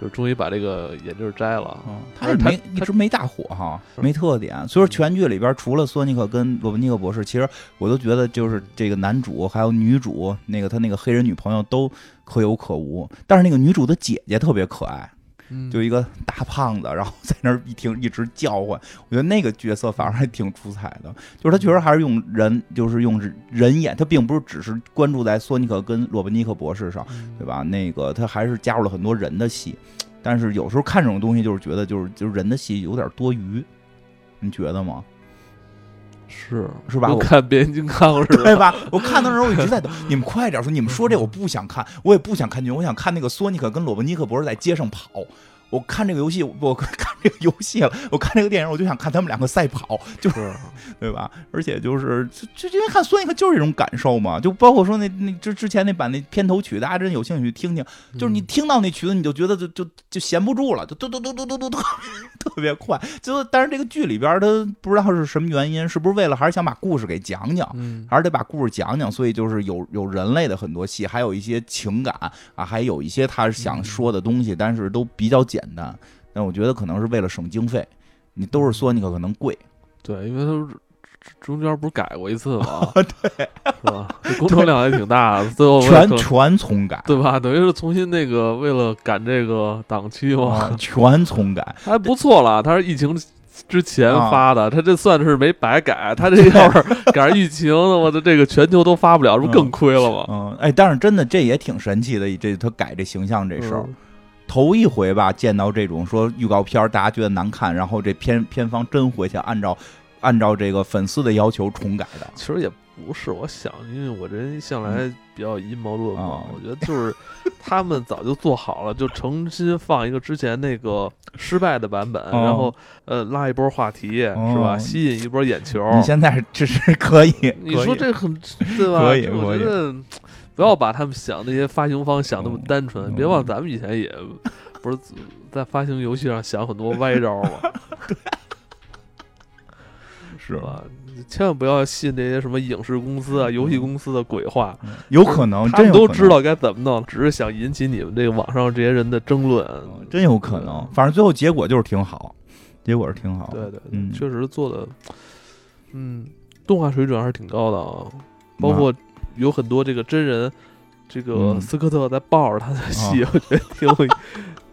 S1: 就是终于把这个眼镜摘了啊。
S2: 嗯，他嗯
S1: 而
S2: 也
S1: 且他
S2: 没一
S1: 他
S2: 直没大火哈，没特点。所以说全剧里边除了索尼克跟罗伯尼克博士，其实我都觉得就是这个男主还有女主，那个他那个黑人女朋友都可有可无。但是那个女主的姐姐特别可爱，
S1: 嗯
S2: 就一个大胖子，然后在那儿一听一直叫唤，我觉得那个角色反而还挺出彩的，就是他确实还是用人，就是用人演，他并不是只是关注在索尼克跟罗伯尼克博士上，对吧？那个他还是加入了很多人的戏，但是有时候看这种东西，就是觉得就是就是人的戏有点多余，你觉得吗？
S1: 是
S2: 是吧
S1: 跟
S2: 我
S1: 看变形金刚似
S2: 对
S1: 的，
S2: 吧？我看的时候我一直在等你们快点说，你们说这我不想看，我也不想看剧，我想看那个索尼克跟罗伯尼克博士在街上跑。我看这个游戏，我 我看这个游戏了，我看这个电影，我就想看他们两个赛跑，就是
S1: 是
S2: 对吧？而且就是就就就因为看索尼克就是这种感受嘛，就包括说那那之之前那版那片头曲，大家真有兴趣听听， 就是
S1: 嗯
S2: 你听到那曲子，你就觉得就就就闲不住了，就嘟嘟嘟嘟嘟嘟嘟， 特别快。就但是这个剧里边，他不知道是什么原因，是不是为了还是想把故事给讲讲，
S1: 嗯，
S2: 还是得把故事讲讲，所以就是有有人类的很多戏，还有一些情感啊，还有一些他
S1: 嗯
S2: 想说的东西，但是都比较简单。但我觉得可能是为了省经费，你都是索尼克可能贵，
S1: 对，因为他中间不是改过一次吗？
S2: 哦
S1: 对，是吧？这工程量还挺大的，最后为了
S2: 全
S1: 可
S2: 全重改，
S1: 对吧？等于是重新那个为了赶这个档期嘛
S2: 啊，全重改。
S1: 还不错啦。它是疫情之前
S2: 啊
S1: 发的，它这算是没白改。它这要 是赶上疫情，我的这个全球都发不了，这不
S2: 嗯
S1: 更亏了吗？
S2: 嗯，哎，但是真的这也挺神奇的，这他改这形象这事
S1: 嗯
S2: 儿，头一回吧见到这种说预告片儿大家觉得难看，然后这片片方真回去按照按照这个粉丝的要求重改的。嗯
S1: 其实也不是，我想，因为我这人向来比较阴谋论嘛，
S2: 啊
S1: 我觉得就是他们早就做好了，就重新放一个之前那个失败的版本，
S2: 哦
S1: 然后呃拉一波话题、
S2: 哦
S1: 是吧，吸引一波眼球。
S2: 你现在这是可以，
S1: 哦你
S2: 可
S1: 说
S2: 以
S1: 这很对吧？
S2: 可以
S1: 这我
S2: 可以
S1: 觉得不要把他们想那些发行方想那么单纯，
S2: 嗯
S1: 别忘咱们以前也不是在发行游戏上想很多歪 招嘛，
S2: 是
S1: 是？吧？你千万不要信这些什么影视公司啊、游戏公司的鬼话，
S2: 有可能，
S1: 他
S2: 真
S1: 们
S2: 嗯哦
S1: 都
S2: 有可
S1: 知
S2: 能，
S1: 道该怎么弄，只是想引起你们这个网上这些人的争论。
S2: 真有可能。反正最后结果就是挺好，结果是挺好。
S1: 对对对，
S2: 嗯
S1: 确实做的，嗯，动画水准还是挺高的啊，包括有很多这个真人，这个
S2: 嗯啊
S1: 斯科特在抱着他的戏，我觉得挺有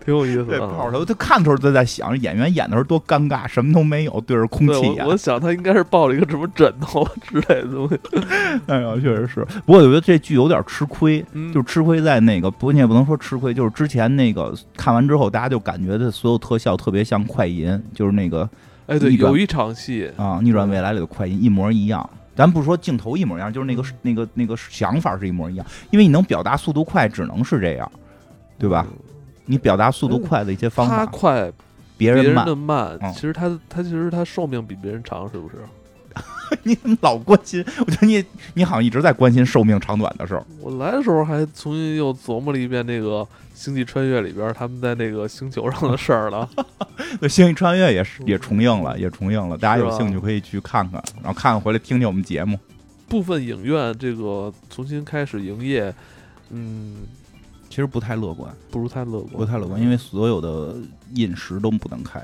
S1: 挺有意思
S2: 对
S1: 的
S2: 泡
S1: 啊。
S2: 头，他看的时候都在想，演员演的时候多尴尬，什么都没有，对着空
S1: 对
S2: 气
S1: 我，
S2: 演。
S1: 我想他应该是抱着一个什么枕头啊之类的东西。
S2: 哎呀，确实是。不过我觉得这剧有点吃亏，
S1: 嗯，
S2: 就是吃亏在那个，不，你也不能说吃亏，就是之前那个看完之后，大家就感觉这所有特效特别像快银，就是那个
S1: 哎，对，
S2: 逆转
S1: 有一场戏，
S2: 啊，《逆转未来》里的快银一模一样。咱不说镜头一模一样，就是那个
S1: 嗯
S2: 那个那个想法是一模一样，因为你能表达速度快，只能是这样，对吧？你表达速度快的一些方
S1: 他
S2: 法，
S1: 快别
S2: 别人
S1: 人
S2: 慢。
S1: 的慢，
S2: 嗯
S1: 其实他他其实他寿命比别人长，是不是？
S2: 你怎么老关心？我觉得你你好像一直在关心寿命长短的 事儿。
S1: 我来的时候还重新又琢磨了一遍那个《星际穿越》里边他们在那个星球上的事儿 了。
S2: 对，《星际穿越》也是也重映了，也重映了，大家
S1: 是
S2: 有
S1: 吧
S2: 兴趣可以去看看，然后看看回来听听我们节目。
S1: 部分影院这个重新开始营业，嗯，
S2: 其实不太乐观，
S1: 不如太乐观，
S2: 不太乐观，因为所有的饮食都不能开，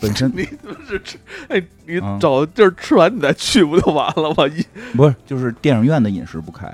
S2: 本 身
S1: 你他妈是吃，哎，你
S2: 嗯
S1: 找地儿吃完你再去不就完了吗？一
S2: 不是，就是电影院的饮食不开，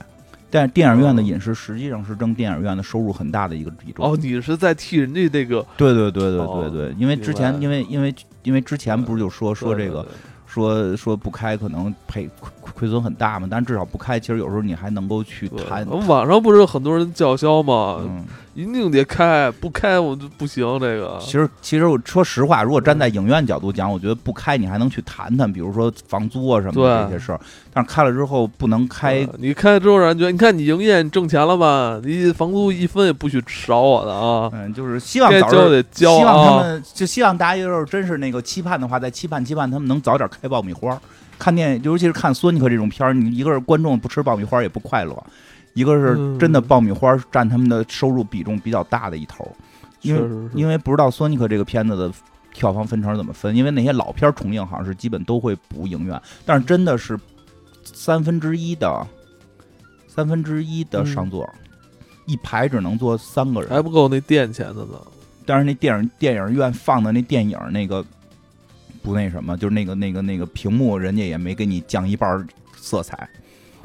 S2: 但电影院的饮食实际上是挣电影院的收入很大的一个比重。
S1: 哦，你是在替人家那个
S2: 对对对对
S1: 哦
S2: 对对，因为之前因
S1: 明
S2: 为因为因为之前不是就说说这个，说说不开可能赔亏亏亏损很大嘛，但至少不开，其实有时候你还能够去
S1: 对对对
S2: 谈
S1: 对。网上不是有很多人叫嚣吗？
S2: 嗯，
S1: 一定得开，不开我就不行。这个
S2: 其实，其实我说实话，如果站在影院角度讲，我觉得不开你还能去谈谈，比如说房租啊什么的这
S1: 对
S2: 些事儿。但是开了之后不能开
S1: 啊，你开之后让人觉得，你看你营业你挣钱了吧？你房租一分也不许少我的啊！
S2: 嗯，就是希望
S1: 该
S2: 早
S1: 交
S2: 日，
S1: 得交
S2: 希望他
S1: 啊！
S2: 们就希望大家要是真是那个期盼的话，在期盼期盼他们能早点开爆米花儿。看电影，尤其是看索尼克这种片儿，你一个是观众不吃爆米花儿也不快乐，一个是
S1: 嗯
S2: 真的爆米花儿占他们的收入比重比较大的一头儿。因为
S1: 确实是
S2: 因为不知道《索尼克》这个片子的票房分成怎么分，因为那些老片儿重映好像是基本都会补影院，但是真的是三分之一的三分之一
S1: 嗯
S2: 的上座，一排只能坐三个
S1: 还
S2: 人。
S1: 不够那店钱的呢。
S2: 但是那电影电影院放的那电影那个不那什么，就是那个那个那个屏幕，人家也没给你降一半儿色彩，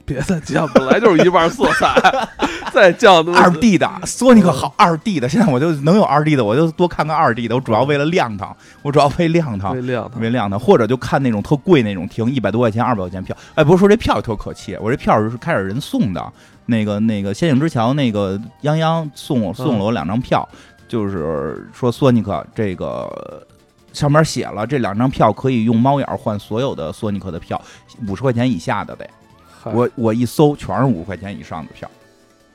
S1: 别再降，本来就是一半色彩， 再降都
S2: 二 D 的《索尼克》好二 D 的，现在我就能有二 D 的，我就多看看二 D 的，我主要为了亮堂，我主要为亮堂。
S1: 没亮它。
S2: 啊没亮它，或者就看那种特贵那种厅，一百多块钱、二百块钱票。哎，不是说这票特可气，我这票是开始人送的，那个那个《仙境之桥》那个泱泱
S1: 嗯
S2: 送我送了我两张票，就是说索尼克这个。上面写了这两张票可以用猫眼换所有的索尼克的票，五十块钱以下的得。
S1: 嗨
S2: 我我一搜全是五十块钱以上的票，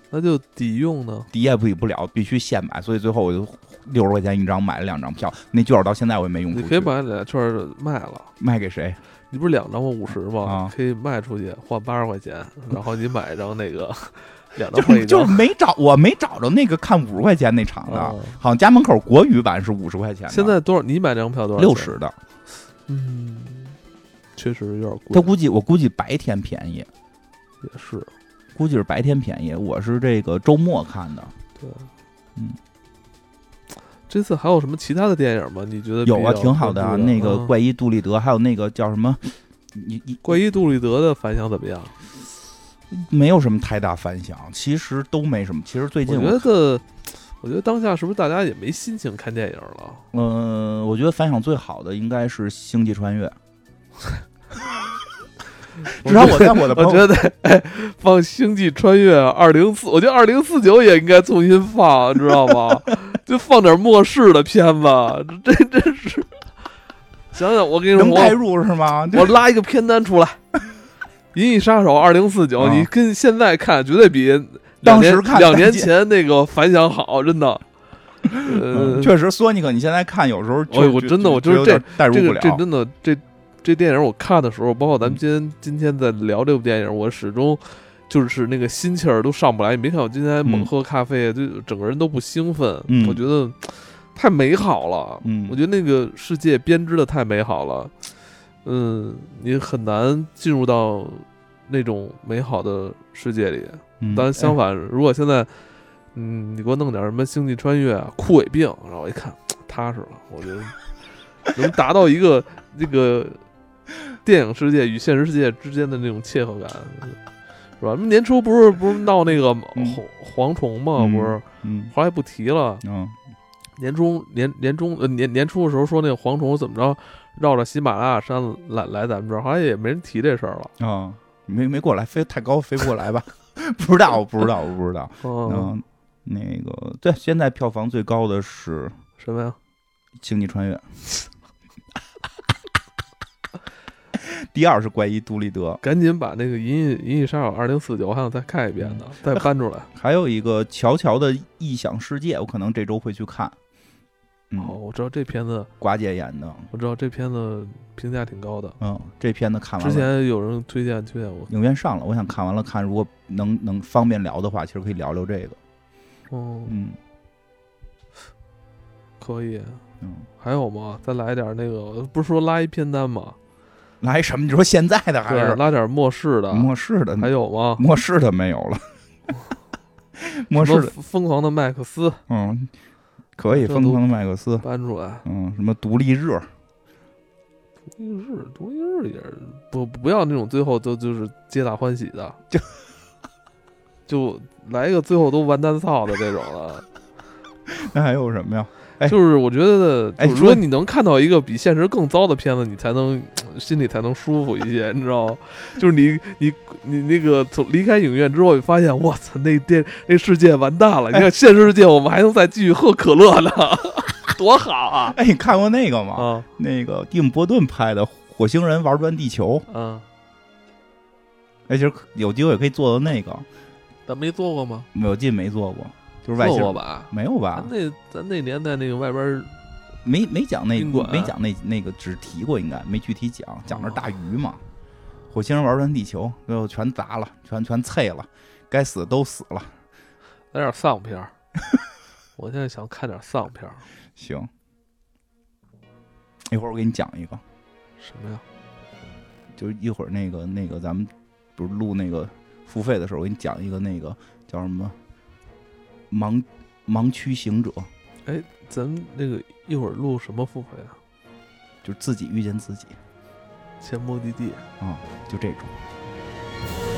S1: 那就抵用呢。
S2: 抵也抵不了，必须现买。所以最后我就六十块钱一张买了两张票，那券儿到现在我也没用出
S1: 你
S2: 去。
S1: 可以把你俩券儿卖了，
S2: 卖给谁？
S1: 你不是两张吗？五十吗
S2: 啊？
S1: 可以卖出去换八十块钱，然后你买一张那 个两张换
S2: 就
S1: 一
S2: 就
S1: 张。
S2: 没找，我没找着那个看五十块钱那场的，
S1: 啊
S2: 好像家门口国语版是五十块钱的，
S1: 现在多少？你买这张票多少？
S2: 六。十的，
S1: 嗯，确实有点
S2: 他
S1: 贵，
S2: 估计我估计白天便宜，
S1: 也是。
S2: 估计是白天便宜，我是这个周末看的，
S1: 对，
S2: 嗯。
S1: 这次还有什么其他的电影吗？你觉得
S2: 有啊，
S1: 比较
S2: 挺好的啊，
S1: 关注
S2: 那个
S1: 嗯
S2: 怪医杜立德，还有那个叫什么，你你
S1: 怪医杜立德的反响怎么样？
S2: 没有什么太大反响，其实都没什么，其实最
S1: 我
S2: 近
S1: 觉
S2: 我。
S1: 得，我觉得当下是不是大家也没心情看电影了？
S2: 嗯、我觉得反响最好的应该是《星际穿越》，至少我在我的朋
S1: 我
S2: 友
S1: 觉得，哎，放《星际穿越》二零四，我觉得二零四九也应该重新放，知道吗？就放点末世的片子，这这真是。想想我跟你说，
S2: 能代
S1: 我
S2: 入是吗？
S1: 我拉一个片单出来，《银翼杀手二零四九》，
S2: 啊
S1: 你跟现在看绝对比两
S2: 当
S1: 年
S2: 时看
S1: 两年前那个反响好，真 的。呃
S2: 嗯，，确实，索尼克，你现在看有时候确，
S1: 哎我真的我就是
S2: 有点代入
S1: 这
S2: 不
S1: 个
S2: 了。嗯
S1: 这真的这这电影我看的时候，包括咱们今天、今天在聊这部电影，我始终就是那个心气儿都上不来。你别看我今天猛喝咖啡，就整个人都不兴奋。
S2: 嗯
S1: 我觉得太美好了。
S2: 嗯
S1: 我觉得那个世界编织的太美好了。嗯，你很难进入到那种美好的世界里。
S2: 嗯
S1: 但相反，如果现在，嗯，你给我弄点什么星际穿越啊、枯萎病，然后我一看，踏实了，我觉得 能达到一个这个电影世界与现实世界之间的那种切合感，是吧？年初不是不是闹那个
S2: 嗯
S1: 蝗蝗虫吗？
S2: 嗯
S1: 不是，
S2: 嗯
S1: 后来不提了。
S2: 嗯
S1: 年中年年中呃年年初的时候说那个蝗虫怎么着绕着喜马拉雅山来来咱们这儿，好像也没人提这事儿了。
S2: 啊，没没过来，飞太高飞不过来吧？ 不知道，我不知道，我不知道。
S1: 嗯，
S2: 嗯，那个对，现在票房最高的是《
S1: 什么呀？
S2: 星际穿越》， 第二是《怪医杜立德
S1: 赶紧把那个《银翼银翼杀手二零四九》还想再看一遍呢，
S2: 嗯
S1: 再搬 出来。》，
S2: 还有一个《乔乔的异想世界》，我可能这周会去看。
S1: 哦，
S2: 嗯，
S1: 我知道这片子，
S2: 寡姐演的，
S1: 我知道这片子评价挺高的。
S2: 嗯，这片子看完
S1: 之
S2: 了。
S1: 前有人推荐推荐我，
S2: 影院上了，我想看完了看，如果能能方便聊的话，其实可以聊聊这个。
S1: 哦，
S2: 嗯
S1: 可以。
S2: 嗯，
S1: 还有吗？再来点那个，不是说拉一片单吗？
S2: 来什么？你说现在的还
S1: 对，
S2: 是
S1: 拉点末世的，
S2: 末世的？
S1: 还有吗？
S2: 末世的没有 了，末世
S1: 什么
S2: 的
S1: 疯疯狂的麦克斯
S2: 嗯，可以
S1: 这都
S2: 疯狂的麦克斯，
S1: 搬出来，
S2: 嗯，什么独立日，
S1: 独立日，独立日也是不不要那种最后都就是皆大欢喜 的，
S2: 就
S1: 就来一个最后都完蛋操的这种了。
S2: 那还有什么呀？哎
S1: 就是我觉得，
S2: 哎
S1: 就是如果
S2: 说
S1: 你能看到一个比现实更糟的片子，你才能心里才能舒服一些，你知道吗？ 就是你你你那个从离开影院之后，你发现，我操，那电那世界完蛋
S2: 哎
S1: 了。你看现实世界，我们还能再继续喝可乐呢， 多好啊！
S2: 哎，你看过那个吗？
S1: 啊
S2: 那个蒂姆·波顿拍的《火星人玩转地球》，
S1: 嗯，
S2: 哎，其实可有机会可以做到那个，
S1: 咱没做过吗？
S2: 没有进没做过，就是外
S1: 做
S2: 星
S1: 过
S2: 人啊
S1: 吧？啊
S2: 没有吧
S1: 咱？那咱那年代那个外边儿
S2: 没没讲那
S1: 宾馆
S2: 没讲那那个只提过，应该没具体讲，讲的是大鱼嘛，火星人玩转地球，最后全砸了，全全碎了，该死的都死了。
S1: 来点丧片儿， 我现在想看点丧片儿，
S2: 行，一会儿我给你讲一个，
S1: 什么呀？
S2: 就是一会儿那个那个咱们不是录那个付费的时候，我给你讲一个那个叫什么盲盲区行者，
S1: 咱们那个一会儿录什么付费啊？
S2: 就是自己遇见自己
S1: 前目的地。
S2: 啊、就这种。
S3: 「君の声が聞こえる」